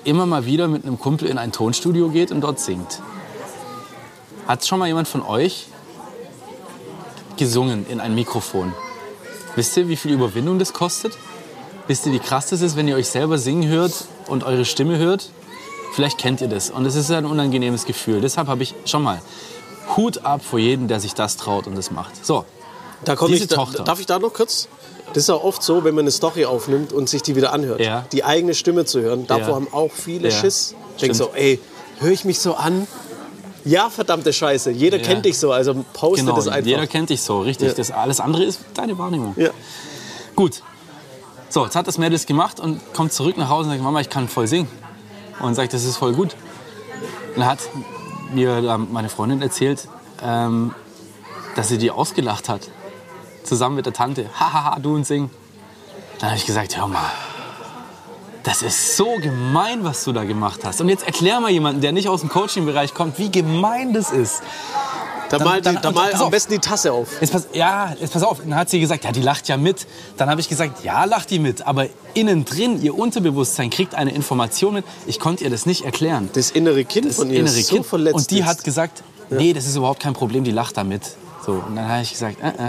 [SPEAKER 1] immer mal wieder mit einem Kumpel in ein Tonstudio geht und dort singt. Hat schon mal jemand von euch gesungen in ein Mikrofon? Wisst ihr, wie viel Überwindung das kostet? Wisst ihr, wie krass das ist, wenn ihr euch selber singen hört und eure Stimme hört? Vielleicht kennt ihr das. Und es ist ein unangenehmes Gefühl. Deshalb habe ich schon mal Hut ab vor jedem, der sich das traut und das macht. So,
[SPEAKER 2] Da komme
[SPEAKER 1] Diese
[SPEAKER 2] ich, da,
[SPEAKER 1] Tochter.
[SPEAKER 2] Darf ich da noch kurz? Das ist ja oft so, wenn man eine Story aufnimmt und sich die wieder anhört.
[SPEAKER 1] Ja.
[SPEAKER 2] Die eigene Stimme zu hören. Davor
[SPEAKER 1] Ja.
[SPEAKER 2] haben auch viele
[SPEAKER 1] Ja.
[SPEAKER 2] Schiss.
[SPEAKER 1] Stimmt.
[SPEAKER 2] Denken so, ey, höre ich mich so an? Ja, verdammte Scheiße. Jeder
[SPEAKER 1] Ja.
[SPEAKER 2] kennt dich so, also poste
[SPEAKER 1] Genau,
[SPEAKER 2] das einfach.
[SPEAKER 1] jeder kennt dich so, richtig.
[SPEAKER 2] Ja.
[SPEAKER 1] Das alles andere ist deine Wahrnehmung.
[SPEAKER 2] ja.
[SPEAKER 1] Gut. So, jetzt hat das Mädel das gemacht und kommt zurück nach Hause und sagt, Mama, ich kann voll singen. Und sagt, das ist voll gut. Und dann hat mir da meine Freundin erzählt, ähm, dass sie die ausgelacht hat. Zusammen mit der Tante. Hahaha, du und singen. Dann habe ich gesagt, hör mal, das ist so gemein, was du da gemacht hast. Und jetzt erklär mal jemanden, der nicht aus dem Coaching-Bereich kommt, wie gemein das ist.
[SPEAKER 2] Da
[SPEAKER 1] Dann-
[SPEAKER 2] mal, die,
[SPEAKER 1] dann-
[SPEAKER 2] da mal
[SPEAKER 1] pass
[SPEAKER 2] am
[SPEAKER 1] auf.
[SPEAKER 2] besten die Tasse auf.
[SPEAKER 1] Jetzt pass, ja, jetzt pass auf. Dann hat sie gesagt, ja, die lacht ja mit. Dann habe ich gesagt, ja, lacht die mit. Aber innen drin, ihr Unterbewusstsein kriegt eine Information mit. Ich konnte ihr das nicht erklären.
[SPEAKER 2] Das innere Kind
[SPEAKER 1] Das
[SPEAKER 2] von ihr
[SPEAKER 1] innere
[SPEAKER 2] ist so
[SPEAKER 1] Kind.
[SPEAKER 2] verletzt.
[SPEAKER 1] Und die
[SPEAKER 2] jetzt.
[SPEAKER 1] hat gesagt, nee, das ist überhaupt kein Problem, die lacht damit. So, und dann habe ich gesagt, äh, äh.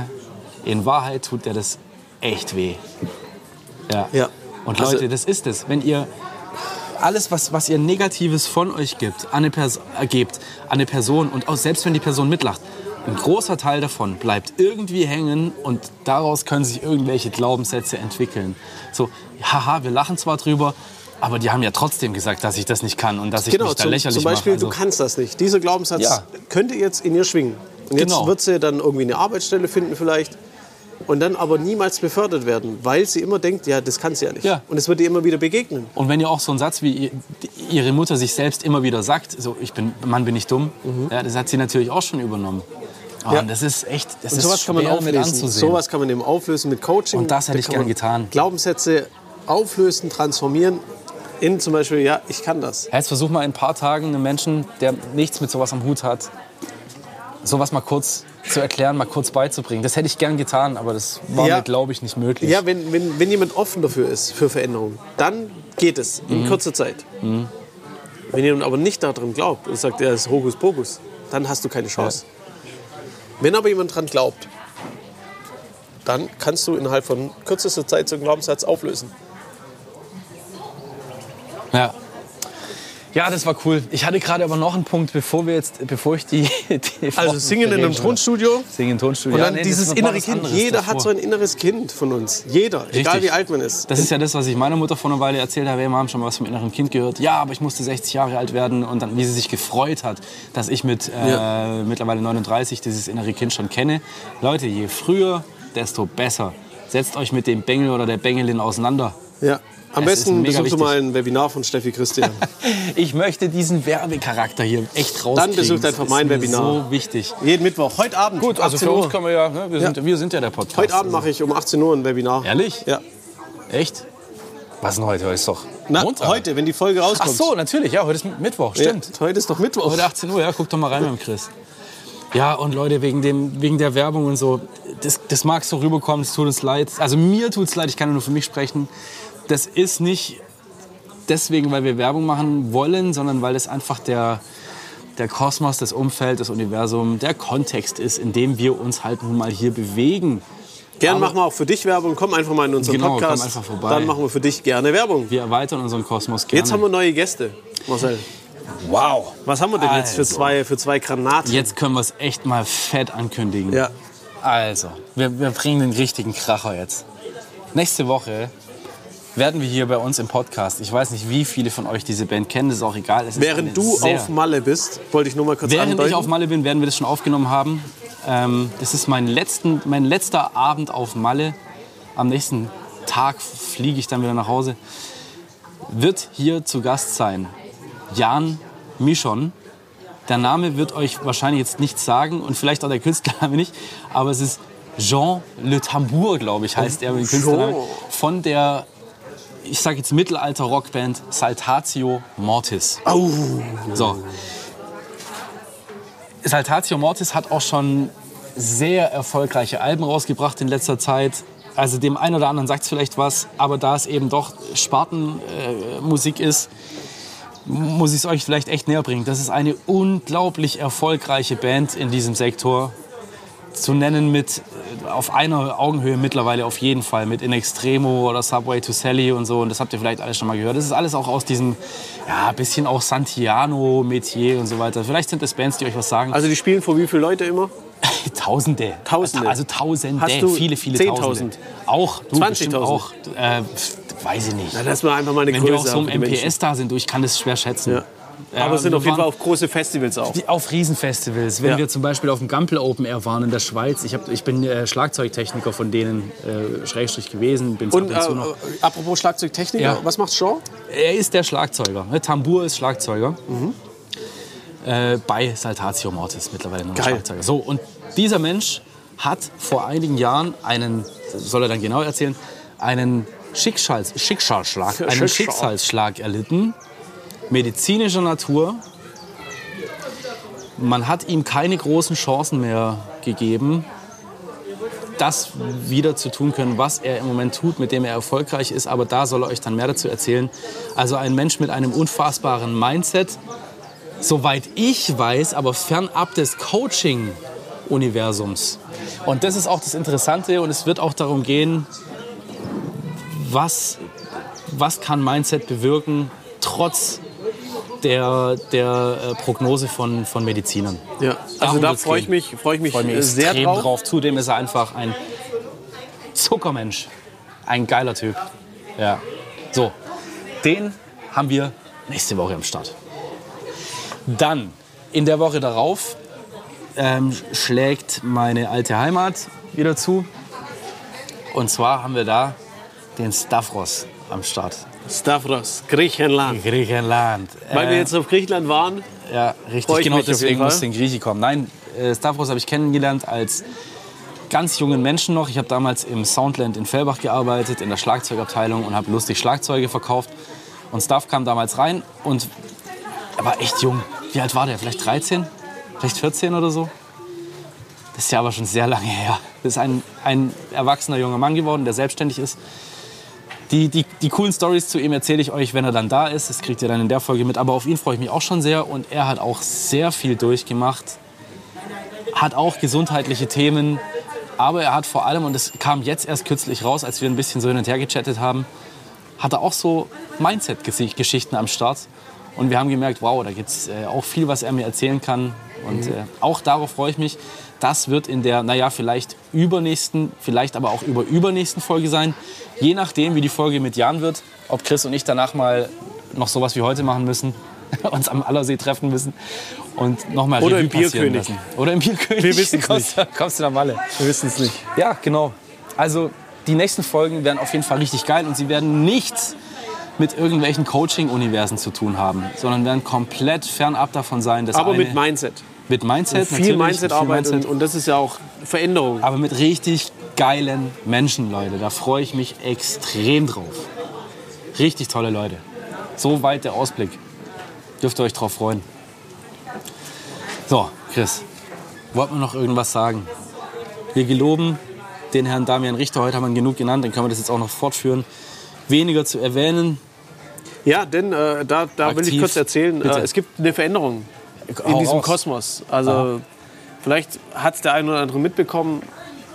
[SPEAKER 1] in Wahrheit tut der das echt weh. Ja.
[SPEAKER 2] Ja.
[SPEAKER 1] Und
[SPEAKER 2] Also-
[SPEAKER 1] Leute, das ist es. Wenn ihr alles, was, was ihr Negatives von euch gibt, an eine, Pers äh, gebt, an eine Person und auch selbst wenn die Person mitlacht, ein großer Teil davon bleibt irgendwie hängen und daraus können sich irgendwelche Glaubenssätze entwickeln. So, haha, wir lachen zwar drüber, aber die haben ja trotzdem gesagt, dass ich das nicht kann und dass ich
[SPEAKER 2] Genau,
[SPEAKER 1] mich da
[SPEAKER 2] zum,
[SPEAKER 1] lächerlich
[SPEAKER 2] zum Beispiel,
[SPEAKER 1] mache. Also,
[SPEAKER 2] du kannst das nicht. Dieser Glaubenssatz
[SPEAKER 1] Ja.
[SPEAKER 2] könnte jetzt in ihr schwingen. Und jetzt
[SPEAKER 1] Genau.
[SPEAKER 2] wird sie dann irgendwie eine Arbeitsstelle finden vielleicht und dann aber niemals befördert werden, weil sie immer denkt, ja, das kann sie ja nicht.
[SPEAKER 1] Ja.
[SPEAKER 2] Und es wird ihr immer wieder begegnen.
[SPEAKER 1] Und wenn ihr auch so einen Satz wie ihr- die- ihre Mutter sich selbst immer wieder sagt, so ich bin, Mann, bin ich dumm, ja, das hat sie natürlich auch schon übernommen. Oh,
[SPEAKER 2] Mhm. Ja.
[SPEAKER 1] Und das ist echt, das
[SPEAKER 2] Und
[SPEAKER 1] ist
[SPEAKER 2] sowas kann man
[SPEAKER 1] schwer mit
[SPEAKER 2] auflösen.
[SPEAKER 1] anzusehen.
[SPEAKER 2] Sowas kann man eben auflösen mit Coaching.
[SPEAKER 1] Und das hätte
[SPEAKER 2] Da
[SPEAKER 1] ich
[SPEAKER 2] kann
[SPEAKER 1] gern
[SPEAKER 2] man
[SPEAKER 1] getan.
[SPEAKER 2] Glaubenssätze auflösen, transformieren in zum Beispiel, ja, ich kann das.
[SPEAKER 1] Jetzt versuch mal in ein paar Tagen einem Menschen, der nichts mit sowas am Hut hat, sowas mal kurz zu erklären, mal kurz beizubringen. Das hätte ich gern getan, aber das war
[SPEAKER 2] Ja.
[SPEAKER 1] mir, glaube ich, nicht möglich.
[SPEAKER 2] Ja, wenn, wenn, wenn jemand offen dafür ist, für Veränderungen, dann geht es in
[SPEAKER 1] Mhm.
[SPEAKER 2] kurzer Zeit. Wenn jemand aber nicht daran glaubt und sagt, er ist Hokuspokus, dann hast du keine Chance. Wenn aber jemand dran glaubt, dann kannst du innerhalb von kürzester Zeit so einen Glaubenssatz auflösen.
[SPEAKER 1] Ja. Ja, das war cool. Ich hatte gerade aber noch einen Punkt, bevor wir jetzt, bevor ich die, die
[SPEAKER 2] Also singen in einem Tonstudio
[SPEAKER 1] Singen im Tonstudio.
[SPEAKER 2] und
[SPEAKER 1] Ja,
[SPEAKER 2] dann
[SPEAKER 1] nee, das
[SPEAKER 2] dieses
[SPEAKER 1] war
[SPEAKER 2] innere
[SPEAKER 1] was
[SPEAKER 2] Kind.
[SPEAKER 1] anderes
[SPEAKER 2] Jeder
[SPEAKER 1] davor.
[SPEAKER 2] hat so ein inneres Kind von uns. Jeder, egal
[SPEAKER 1] Richtig.
[SPEAKER 2] wie alt man ist.
[SPEAKER 1] Das ist ja das, was ich meiner Mutter vor einer Weile erzählt habe. Wir haben schon was vom inneren Kind gehört. Ja, aber ich musste 60 Jahre alt werden. Und dann, wie sie sich gefreut hat, dass ich mit äh, mittlerweile 39 dieses innere Kind schon kenne. Leute, je früher, desto besser. Setzt euch mit dem Bengel oder der Bengelin auseinander.
[SPEAKER 2] Ja. Am
[SPEAKER 1] Es ist
[SPEAKER 2] besten
[SPEAKER 1] mega
[SPEAKER 2] besuchst du
[SPEAKER 1] wichtig.
[SPEAKER 2] mal ein Webinar von Steffi Christian.
[SPEAKER 1] Ich möchte diesen Werbecharakter hier echt rauskriegen.
[SPEAKER 2] besucht
[SPEAKER 1] Das
[SPEAKER 2] einfach
[SPEAKER 1] ist
[SPEAKER 2] mein
[SPEAKER 1] mir
[SPEAKER 2] Webinar.
[SPEAKER 1] so wichtig.
[SPEAKER 2] Jeden Mittwoch, heute Abend.
[SPEAKER 1] Gut, also
[SPEAKER 2] 18
[SPEAKER 1] für uns
[SPEAKER 2] Uhr.
[SPEAKER 1] können wir ja, ne, wir,
[SPEAKER 2] Ja.
[SPEAKER 1] Sind, wir sind ja der Podcast.
[SPEAKER 2] Heute Abend mache ich um 18 Uhr ein Webinar.
[SPEAKER 1] Ehrlich?
[SPEAKER 2] Ja.
[SPEAKER 1] Echt? Was ist denn heute? Heute ist doch
[SPEAKER 2] Na,
[SPEAKER 1] Montag.
[SPEAKER 2] heute, wenn die Folge
[SPEAKER 1] Ach
[SPEAKER 2] rauskommt.
[SPEAKER 1] so, natürlich, ja, heute ist Mittwoch, stimmt.
[SPEAKER 2] Ja, heute ist doch Mittwoch.
[SPEAKER 1] Heute 18 Uhr, ja, guck doch mal rein mit dem Chris. Ja, und Leute, wegen, dem, wegen der Werbung und so, das, das mag so rüberkommen, es tut uns leid. Also mir tut es leid, ich kann nur für mich sprechen. Das ist nicht deswegen, weil wir Werbung machen wollen, sondern weil es einfach der, der Kosmos, das Umfeld, das Universum, der Kontext ist, in dem wir uns halt nun mal hier bewegen.
[SPEAKER 2] Gern machen wir auch für dich Werbung. Komm einfach mal in unseren
[SPEAKER 1] Genau, komm
[SPEAKER 2] Podcast.
[SPEAKER 1] einfach vorbei.
[SPEAKER 2] Dann machen wir für dich gerne Werbung.
[SPEAKER 1] Wir erweitern unseren Kosmos gerne.
[SPEAKER 2] Jetzt haben wir neue Gäste, Marcel.
[SPEAKER 1] wow.
[SPEAKER 2] Was haben wir denn jetzt für
[SPEAKER 1] Also.
[SPEAKER 2] zwei, für zwei Granaten?
[SPEAKER 1] Jetzt können wir es echt mal fett ankündigen.
[SPEAKER 2] Ja.
[SPEAKER 1] Also, wir, wir bringen den richtigen Kracher jetzt. Nächste Woche werden wir hier bei uns im Podcast. Ich weiß nicht, wie viele von euch diese Band kennen, das ist auch egal. Es ist eine
[SPEAKER 2] Während du
[SPEAKER 1] sehr-
[SPEAKER 2] auf Malle bist, wollte ich nur mal kurz
[SPEAKER 1] Während
[SPEAKER 2] andeuten.
[SPEAKER 1] ich auf Malle bin, werden wir das schon aufgenommen haben. Ähm, das ist mein, letzten, mein letzter Abend auf Malle. Am nächsten Tag fliege ich dann wieder nach Hause. Wird hier zu Gast sein Jan Mischon. Der Name wird euch wahrscheinlich jetzt nichts sagen und vielleicht auch der Künstlername nicht, aber es ist Jean Le Tambour, glaube ich, heißt er mit dem Künstlername.
[SPEAKER 2] Jean.
[SPEAKER 1] Von der, ich sage jetzt Mittelalter-Rockband Saltatio Mortis.
[SPEAKER 2] Au.
[SPEAKER 1] So. Saltatio Mortis hat auch schon sehr erfolgreiche Alben rausgebracht in letzter Zeit. Also dem einen oder anderen sagt es vielleicht was, aber da es eben doch Spartenmusik äh, Musik ist, muss ich es euch vielleicht echt näher bringen. Das ist eine unglaublich erfolgreiche Band in diesem Sektor. Zu nennen mit äh, auf einer Augenhöhe mittlerweile auf jeden Fall mit In Extremo oder Subway to Sally und so. Und das habt ihr vielleicht alles schon mal gehört. Das ist alles auch aus diesem ja, bisschen auch Santiano-Metier und so weiter. Vielleicht sind das Bands, die euch was sagen.
[SPEAKER 2] Also die spielen vor wie viele Leute immer?
[SPEAKER 1] Tausende.
[SPEAKER 2] Tausende.
[SPEAKER 1] Also Tausende.
[SPEAKER 2] Hast du
[SPEAKER 1] viele, viele
[SPEAKER 2] 10.000?
[SPEAKER 1] Tausende. Auch. Du
[SPEAKER 2] 20.000?
[SPEAKER 1] bestimmt auch. Äh, pf, weiß ich nicht.
[SPEAKER 2] Na, dass wir einfach mal eine
[SPEAKER 1] Wenn
[SPEAKER 2] Größe
[SPEAKER 1] wir auf so einem
[SPEAKER 2] haben für die Menschen.
[SPEAKER 1] MPS da sind, du, ich kann das schwer schätzen.
[SPEAKER 2] Ja. Aber es sind
[SPEAKER 1] wir
[SPEAKER 2] auf jeden
[SPEAKER 1] waren-
[SPEAKER 2] Fall auf große Festivals auch.
[SPEAKER 1] die- Auf Riesenfestivals. Wenn
[SPEAKER 2] Ja.
[SPEAKER 1] wir zum Beispiel auf dem Gampel Open Air waren in der Schweiz. Ich, hab, ich bin äh, Schlagzeugtechniker von denen, äh, Schrägstrich gewesen. Bin's
[SPEAKER 2] Und
[SPEAKER 1] ab und zu
[SPEAKER 2] äh,
[SPEAKER 1] noch.
[SPEAKER 2] äh, apropos Schlagzeugtechniker,
[SPEAKER 1] Ja.
[SPEAKER 2] was macht Jean?
[SPEAKER 1] Er ist der Schlagzeuger. Ne? Tambour ist Schlagzeuger. Äh, bei Saltatio Mortis mittlerweile nur noch
[SPEAKER 2] Geil.
[SPEAKER 1] Schlagzeuger. So, und dieser Mensch hat vor einigen Jahren einen, soll er dann genau erzählen, einen Schicksals, Schicksalsschlag, einen
[SPEAKER 2] Schicksal.
[SPEAKER 1] Schicksalsschlag erlitten, medizinischer Natur. Man hat ihm keine großen Chancen mehr gegeben, das wieder zu tun können, was er im Moment tut, mit dem er erfolgreich ist. Aber da soll er euch dann mehr dazu erzählen. Also ein Mensch mit einem unfassbaren Mindset, soweit ich weiß, aber fernab des Coaching-Universums. Und das ist auch das Interessante und es wird auch darum gehen, was, was kann Mindset bewirken, trotz der, der äh, Prognose von, von Medizinern.
[SPEAKER 2] Ja. Also
[SPEAKER 1] Darum
[SPEAKER 2] da
[SPEAKER 1] wird's
[SPEAKER 2] freue ich
[SPEAKER 1] gehen.
[SPEAKER 2] mich, freue ich mich,
[SPEAKER 1] um Freue mich
[SPEAKER 2] Äh, sehr
[SPEAKER 1] extrem
[SPEAKER 2] drauf.
[SPEAKER 1] drauf. Zudem ist er einfach ein Zuckermensch. Ein geiler Typ. Ja. So, den haben wir nächste Woche am Start. Dann, in der Woche darauf, ähm, schlägt meine alte Heimat wieder zu. Und zwar haben wir da den Stavros am Start.
[SPEAKER 2] Stavros, Griechenland.
[SPEAKER 1] Griechenland.
[SPEAKER 2] Weil wir jetzt auf Griechenland waren,
[SPEAKER 1] Ja,
[SPEAKER 2] Freu
[SPEAKER 1] richtig, genau
[SPEAKER 2] ich mich auf jeden
[SPEAKER 1] deswegen
[SPEAKER 2] Fall.
[SPEAKER 1] muss den Grieche kommen. Nein, äh, Stavros habe ich kennengelernt als ganz jungen Menschen noch. Ich habe damals im Soundland in Fellbach gearbeitet, in der Schlagzeugabteilung und habe lustig Schlagzeuge verkauft. Und Stav kam damals rein und er war echt jung. Wie alt war der? Vielleicht 13? Vielleicht 14 oder so? Das ist ja aber schon sehr lange her. Das ist ein, ein erwachsener junger Mann geworden, der selbstständig ist. Die, die, die coolen Stories zu ihm erzähle ich euch, wenn er dann da ist. Das kriegt ihr dann in der Folge mit. Aber auf ihn freue ich mich auch schon sehr. Und er hat auch sehr viel durchgemacht. Hat auch gesundheitliche Themen. Aber er hat vor allem, und das kam jetzt erst kürzlich raus, als wir ein bisschen so hin und her gechattet haben, hat er auch so Mindset-Geschichten am Start. Und wir haben gemerkt, wow, da gibt es äh, auch viel, was er mir erzählen kann.
[SPEAKER 2] Mhm.
[SPEAKER 1] Und äh, auch darauf freue ich mich. Das wird in der, naja, vielleicht übernächsten, vielleicht aber auch über übernächsten Folge sein. Je nachdem, wie die Folge mit Jan wird, ob Chris und ich danach mal noch sowas wie heute machen müssen, uns am Allersee treffen müssen und nochmal
[SPEAKER 2] Oder im
[SPEAKER 1] passieren
[SPEAKER 2] Bierkönig.
[SPEAKER 1] lassen. Oder im Bierkönig.
[SPEAKER 2] Wir wissen's
[SPEAKER 1] kommst, kommst du nach Malle.
[SPEAKER 2] wir wissen es nicht.
[SPEAKER 1] Ja, genau. Also die nächsten Folgen werden auf jeden Fall richtig geil und sie werden nichts mit irgendwelchen Coaching-Universen zu tun haben, sondern werden komplett fernab davon sein, dass
[SPEAKER 2] Aber
[SPEAKER 1] eine,
[SPEAKER 2] mit Mindset.
[SPEAKER 1] mit Mindset,
[SPEAKER 2] Viel
[SPEAKER 1] natürlich,
[SPEAKER 2] Mindsetarbeit
[SPEAKER 1] viel
[SPEAKER 2] und, und das ist ja auch Veränderung.
[SPEAKER 1] aber mit richtig geilen Menschen, Leute. Da freue ich mich extrem drauf. Richtig tolle Leute. So weit der Ausblick. Dürft ihr euch drauf freuen. So, Chris, wollten wir noch irgendwas sagen? Wir geloben den Herrn Damian Richter, heute haben wir ihn genug genannt, dann können wir das jetzt auch noch fortführen. Weniger zu erwähnen.
[SPEAKER 2] Ja, denn äh, da, da will ich
[SPEAKER 1] Aktiv.
[SPEAKER 2] kurz erzählen, äh,
[SPEAKER 1] Bitte.
[SPEAKER 2] es gibt eine Veränderung
[SPEAKER 1] Hau
[SPEAKER 2] in diesem
[SPEAKER 1] raus.
[SPEAKER 2] Kosmos. Also vielleicht hat es der ein oder andere mitbekommen.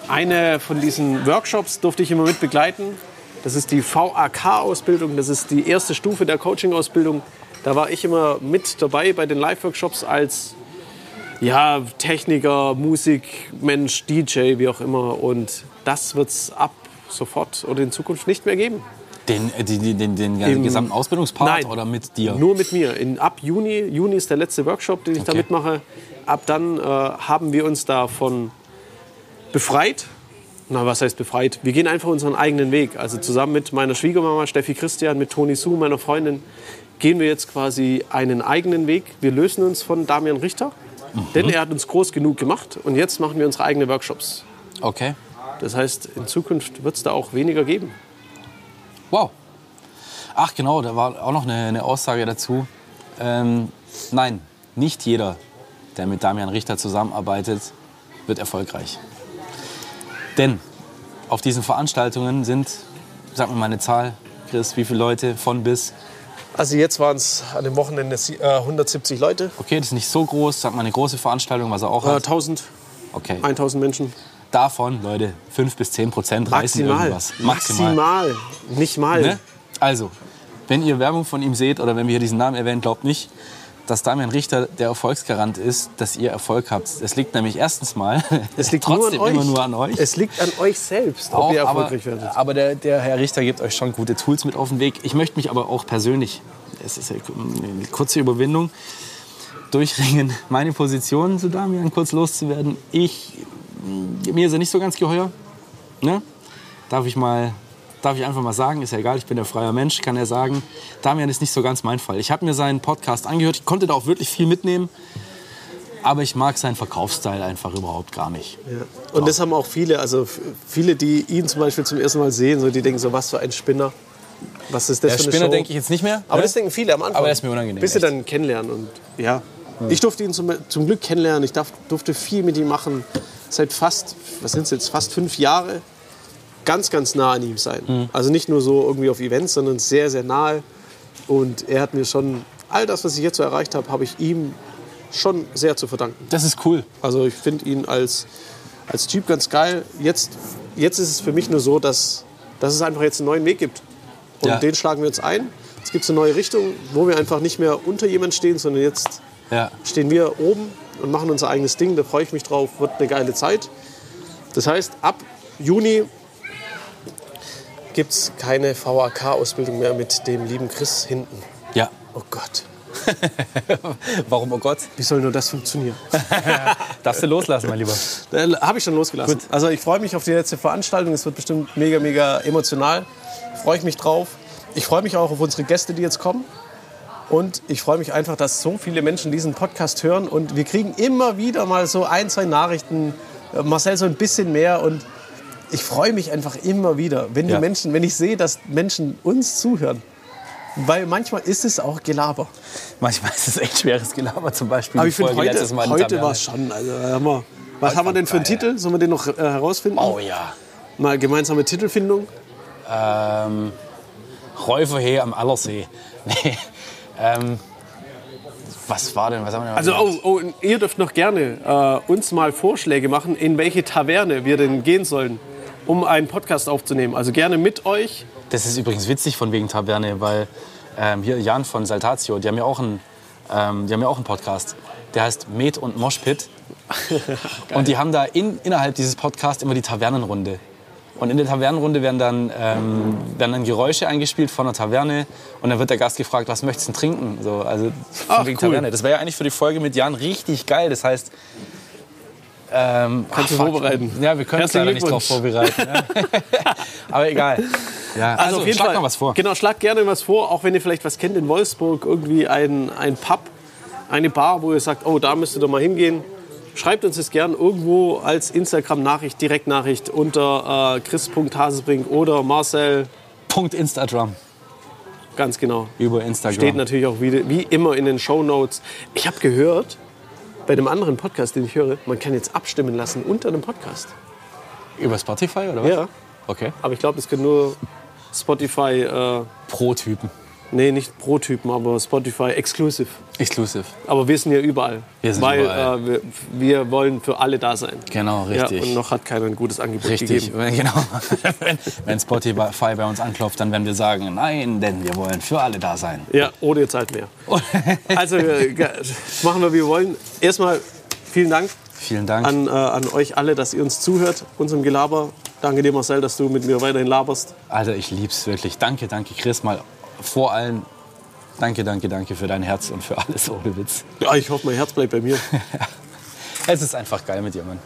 [SPEAKER 2] eine von diesen Workshops durfte ich immer mit begleiten. Das ist die VAK-Ausbildung, das ist die erste Stufe der Coaching-Ausbildung. Da war ich immer mit dabei bei den Live-Workshops als ja, Techniker, Musikmensch, DJ, wie auch immer. Und das wird es ab sofort oder in Zukunft nicht mehr geben.
[SPEAKER 1] Den, äh, den, den, den, den gesamten Ausbildungspart
[SPEAKER 2] Nein.
[SPEAKER 1] oder mit dir?
[SPEAKER 2] Nur mit mir. In, ab Juni, Juni ist der letzte Workshop, den ich da
[SPEAKER 1] Okay.
[SPEAKER 2] mitmache. Ab dann äh, haben wir uns davon befreit. Na, was heißt befreit? Wir gehen einfach unseren eigenen Weg. Also zusammen mit meiner Schwiegermama Steffi Christian, mit Toni Su, meiner Freundin, gehen wir jetzt quasi einen eigenen Weg. Wir lösen uns von Damian Richter,
[SPEAKER 1] Mhm.
[SPEAKER 2] denn er hat uns groß genug gemacht und jetzt machen wir unsere eigenen Workshops.
[SPEAKER 1] Okay.
[SPEAKER 2] Das heißt, in Zukunft wird es da auch weniger geben.
[SPEAKER 1] Wow. Ach genau, da war auch noch eine, eine Aussage dazu. Ähm, nein, nicht jeder, der mit Damian Richter zusammenarbeitet, wird erfolgreich. Denn auf diesen Veranstaltungen sind, sag mir mal eine Zahl, Chris, wie viele Leute von bis.
[SPEAKER 2] Also jetzt waren es an dem Wochenende sie- äh, 170 Leute.
[SPEAKER 1] Okay, das ist nicht so groß, sag mal eine große Veranstaltung, was er auch
[SPEAKER 2] Äh,
[SPEAKER 1] hat.
[SPEAKER 2] 1000,
[SPEAKER 1] Okay.
[SPEAKER 2] 1000 Menschen.
[SPEAKER 1] Davon, Leute, 5 bis 10 Prozent reißen
[SPEAKER 2] Maximal.
[SPEAKER 1] irgendwas. Maximal.
[SPEAKER 2] Maximal. Nicht mal.
[SPEAKER 1] Ne? Also, wenn ihr Werbung von ihm seht oder wenn wir hier diesen Namen erwähnen, glaubt nicht, dass Damian Richter der Erfolgsgarant ist, dass ihr Erfolg habt. Es liegt nämlich erstens mal
[SPEAKER 2] Es liegt
[SPEAKER 1] trotzdem
[SPEAKER 2] nur an
[SPEAKER 1] immer
[SPEAKER 2] euch.
[SPEAKER 1] nur an euch.
[SPEAKER 2] Es liegt an euch selbst, ob
[SPEAKER 1] Auch,
[SPEAKER 2] ihr
[SPEAKER 1] aber
[SPEAKER 2] erfolgreich werdet.
[SPEAKER 1] aber der, der Herr Richter gibt euch schon gute Tools mit auf den Weg. Ich möchte mich aber auch persönlich, es ist eine kurze Überwindung, durchringen, meine Position zu Damian kurz loszuwerden. Ich, mir ist er nicht so ganz geheuer. Ne? Darf ich mal, darf ich einfach mal sagen, ist ja egal, ich bin der freier Mensch, kann er sagen. Damian ist nicht so ganz mein Fall. Ich habe mir seinen Podcast angehört, ich konnte da auch wirklich viel mitnehmen. Aber ich mag seinen Verkaufsstyle einfach überhaupt gar nicht.
[SPEAKER 2] Ja. Und das haben auch viele, also f- viele, die ihn zum Beispiel zum ersten Mal sehen, so, die denken so, was für ein Spinner. Was ist
[SPEAKER 1] Der
[SPEAKER 2] das für eine
[SPEAKER 1] Spinner
[SPEAKER 2] Show?
[SPEAKER 1] denke ich jetzt nicht mehr.
[SPEAKER 2] Aber
[SPEAKER 1] ne?
[SPEAKER 2] das denken viele am Anfang.
[SPEAKER 1] Aber das ist mir unangenehm,
[SPEAKER 2] Bis sie
[SPEAKER 1] echt.
[SPEAKER 2] dann kennenlernen. Und, ja. Ich durfte ihn zum, zum Glück kennenlernen. Ich darf, durfte viel mit ihm machen. Seit fast, was sind jetzt, fast fünf Jahre ganz, ganz nah an ihm sein.
[SPEAKER 1] Mhm.
[SPEAKER 2] Also nicht nur so irgendwie auf Events, sondern sehr, sehr nahe. Und er hat mir schon, all das, was ich jetzt so erreicht habe, habe ich ihm schon sehr zu verdanken.
[SPEAKER 1] Das ist cool.
[SPEAKER 2] Also ich finde ihn als, als Typ ganz geil. Jetzt, jetzt ist es für mich nur so, dass, dass es einfach jetzt einen neuen Weg gibt. Und
[SPEAKER 1] Ja.
[SPEAKER 2] den schlagen wir jetzt ein. Es gibt eine neue Richtung, wo wir einfach nicht mehr unter jemand stehen, sondern jetzt
[SPEAKER 1] Ja.
[SPEAKER 2] stehen wir oben und machen unser eigenes Ding. Da freue ich mich drauf. Wird eine geile Zeit. Das heißt, ab Juni gibt es keine VAK-Ausbildung mehr mit dem lieben Chris hinten.
[SPEAKER 1] Ja.
[SPEAKER 2] Oh Gott,
[SPEAKER 1] Warum, oh Gott?
[SPEAKER 2] wie soll nur das funktionieren?
[SPEAKER 1] Darfst du loslassen, mein Lieber.
[SPEAKER 2] Habe Äh, ich schon losgelassen. Also ich freue mich auf die letzte Veranstaltung. Es wird bestimmt mega, mega emotional. Freue ich mich drauf. Ich freue mich auch auf unsere Gäste, die jetzt kommen. Und ich freue mich einfach, dass so viele Menschen diesen Podcast hören. Und wir kriegen immer wieder mal so ein, zwei Nachrichten. Äh, Marcel so ein bisschen mehr. Und ich freue mich einfach immer wieder, wenn die
[SPEAKER 1] Ja.
[SPEAKER 2] Menschen, wenn ich sehe, dass Menschen uns zuhören. Weil manchmal ist es auch Gelaber.
[SPEAKER 1] Manchmal ist es echt schweres Gelaber, zum Beispiel.
[SPEAKER 2] Aber
[SPEAKER 1] die
[SPEAKER 2] ich finde,
[SPEAKER 1] Folge
[SPEAKER 2] heute,
[SPEAKER 1] letztes Mal mit
[SPEAKER 2] heute
[SPEAKER 1] Damian.
[SPEAKER 2] war es schon. Also, haben wir, was
[SPEAKER 1] Heute
[SPEAKER 2] haben wir
[SPEAKER 1] war
[SPEAKER 2] denn für einen
[SPEAKER 1] geil.
[SPEAKER 2] Titel? Sollen wir den noch äh, herausfinden?
[SPEAKER 1] Oh ja.
[SPEAKER 2] Mal gemeinsame Titelfindung.
[SPEAKER 1] Ähm, Räuferhee am Allersee. Nee. Ähm, was war denn? Was haben wir denn
[SPEAKER 2] Also, oh, oh, und ihr dürft noch gerne äh, uns mal Vorschläge machen, in welche Taverne wir denn gehen sollen, um einen Podcast aufzunehmen. Also gerne mit euch.
[SPEAKER 1] Das ist übrigens witzig von wegen Taverne, weil ähm, hier Jan von Saltatio, die haben ja auch einen, ähm, die haben ja auch einen Podcast. Der heißt Met und Moshpit. und die haben da in, innerhalb dieses Podcasts immer die Tavernenrunde. Und in der Tavernenrunde werden dann, ähm, werden dann Geräusche eingespielt von der Taverne. Und dann wird der Gast gefragt, was möchtest du denn trinken? So, also von
[SPEAKER 2] Ach,
[SPEAKER 1] wegen
[SPEAKER 2] cool.
[SPEAKER 1] Taverne. Das wäre ja eigentlich für die Folge mit Jan richtig geil. Das heißt, ähm,
[SPEAKER 2] Kannst
[SPEAKER 1] ah,
[SPEAKER 2] du
[SPEAKER 1] fuck.
[SPEAKER 2] vorbereiten.
[SPEAKER 1] Ja, wir können uns
[SPEAKER 2] Herzlichen
[SPEAKER 1] leider nicht drauf vorbereiten. ja. Aber egal. Ja, also, schlag mal was vor.
[SPEAKER 2] Genau, schlag gerne was vor, auch wenn ihr vielleicht was kennt in Wolfsburg, irgendwie ein, ein Pub, eine Bar, wo ihr sagt, oh, da müsst ihr doch mal hingehen. Schreibt uns das gern irgendwo als Instagram-Nachricht, Direktnachricht unter äh, chris.hasebrink oder Marcel.
[SPEAKER 1] Punkt Instagram.
[SPEAKER 2] Ganz genau.
[SPEAKER 1] Über Instagram.
[SPEAKER 2] Steht natürlich auch wie, wie immer in den Show Notes. Ich habe gehört, bei dem anderen Podcast, den ich höre, man kann jetzt abstimmen lassen unter einem Podcast.
[SPEAKER 1] Über Spotify oder was?
[SPEAKER 2] Ja,
[SPEAKER 1] Okay.
[SPEAKER 2] aber ich glaube, das können nur Spotify äh,
[SPEAKER 1] Pro Typen.
[SPEAKER 2] Nee, nicht Pro-Typen, aber Spotify Exclusive.
[SPEAKER 1] Exclusive.
[SPEAKER 2] Aber wir sind ja überall.
[SPEAKER 1] Wir sind
[SPEAKER 2] weil
[SPEAKER 1] überall.
[SPEAKER 2] Äh, wir, wir wollen für alle da sein.
[SPEAKER 1] Genau, richtig.
[SPEAKER 2] Ja, und noch hat keiner ein gutes Angebot
[SPEAKER 1] Richtig,
[SPEAKER 2] gegeben.
[SPEAKER 1] wenn- genau. Wenn, wenn Spotify bei uns anklopft, dann werden wir sagen, nein, denn wir wollen für alle da sein.
[SPEAKER 2] Ja, oder ihr zahlt mehr. Also äh, ge- machen wir, wie wir wollen. Erstmal vielen Dank
[SPEAKER 1] Vielen Dank.
[SPEAKER 2] an, äh, an euch alle, dass ihr uns zuhört, unserem Gelaber. Danke dir, Marcel, dass du mit mir weiterhin laberst.
[SPEAKER 1] Alter, Also ich lieb's wirklich. Danke, danke, Chris. Mal vor allem danke, danke, danke für dein Herz und für alles ohne Witz.
[SPEAKER 2] Ja, Ah, ich hoffe, mein Herz bleibt bei mir.
[SPEAKER 1] Es ist einfach geil mit dir, Mann.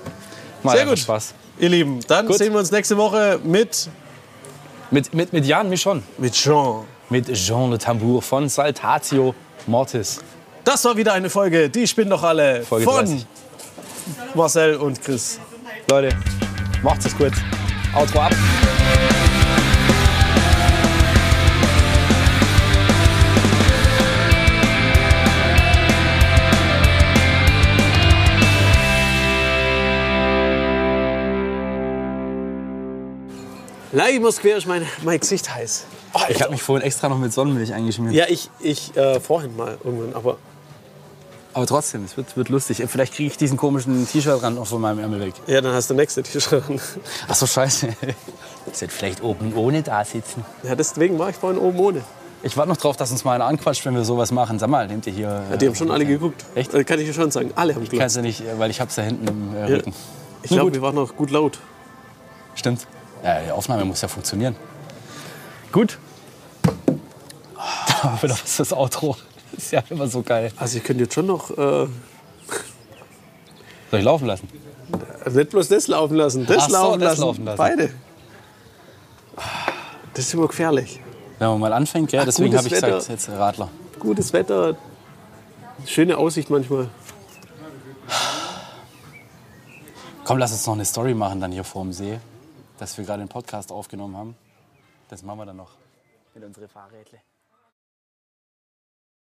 [SPEAKER 1] Mal
[SPEAKER 4] Sehr
[SPEAKER 1] einfach
[SPEAKER 4] gut.
[SPEAKER 1] Spaß.
[SPEAKER 4] Ihr Lieben, dann
[SPEAKER 1] Gut.
[SPEAKER 4] sehen wir uns nächste Woche mit,
[SPEAKER 1] Mit, mit, mit Jan Michon.
[SPEAKER 4] mit Jean.
[SPEAKER 1] Mit Jean Le Tambour von Saltatio Mortis.
[SPEAKER 4] Das war wieder eine Folge, die spinnen doch alle
[SPEAKER 1] Folge
[SPEAKER 4] von
[SPEAKER 1] 30.
[SPEAKER 4] Marcel und Chris.
[SPEAKER 1] Leute, macht es gut. Outro ab.
[SPEAKER 2] Nein, ich muss quer, ich meine, mein Gesicht heiß.
[SPEAKER 1] Oh, ich habe mich vorhin extra noch mit Sonnenmilch eingeschmiert.
[SPEAKER 2] Ja, ich, ich äh, vorhin mal irgendwann, aber
[SPEAKER 1] Aber trotzdem, es wird, wird lustig. Vielleicht kriege ich diesen komischen T-Shirt-Rand noch von meinem Ärmel weg.
[SPEAKER 2] ja, dann hast du nächste T-Shirt an.
[SPEAKER 1] Ach so, scheiße. Ich hätte vielleicht oben ohne da sitzen.
[SPEAKER 2] Ja, deswegen war ich vorhin oben ohne.
[SPEAKER 1] Ich warte noch drauf, dass uns mal einer anquatscht, wenn wir sowas machen. Sag mal, nehmt ihr hier...
[SPEAKER 2] Ja, die haben schon alle geguckt.
[SPEAKER 1] Echt?
[SPEAKER 2] Äh, Kann ich dir schon sagen. Alle haben geguckt.
[SPEAKER 1] Kannst du nicht, äh, weil ich hab's da hinten im äh,
[SPEAKER 2] Ja.
[SPEAKER 1] Rücken.
[SPEAKER 2] Ich
[SPEAKER 1] Na
[SPEAKER 2] glaube,
[SPEAKER 1] gut.
[SPEAKER 2] wir waren noch gut laut.
[SPEAKER 1] Stimmt. Ja, die Aufnahme muss ja funktionieren. Gut. Da war wieder was das Outro. Das ist ja immer so geil.
[SPEAKER 2] Also ich könnte jetzt schon noch äh,
[SPEAKER 1] Soll ich laufen lassen?
[SPEAKER 2] Also nicht bloß das laufen lassen, das,
[SPEAKER 1] Ach so,
[SPEAKER 2] laufen,
[SPEAKER 1] das
[SPEAKER 2] lassen.
[SPEAKER 1] laufen lassen.
[SPEAKER 2] Beide. Ah, Das ist immer gefährlich.
[SPEAKER 1] Wenn man mal anfängt, ja, deswegen
[SPEAKER 2] gutes
[SPEAKER 1] habe ich
[SPEAKER 2] Wetter.
[SPEAKER 1] gesagt, jetzt äh, Radler.
[SPEAKER 2] Gutes Wetter, schöne Aussicht manchmal.
[SPEAKER 1] Komm, lass uns noch eine Story machen dann hier vorm See, dass wir gerade den Podcast aufgenommen haben. Das machen wir dann noch. Mit unseren Fahrrädle.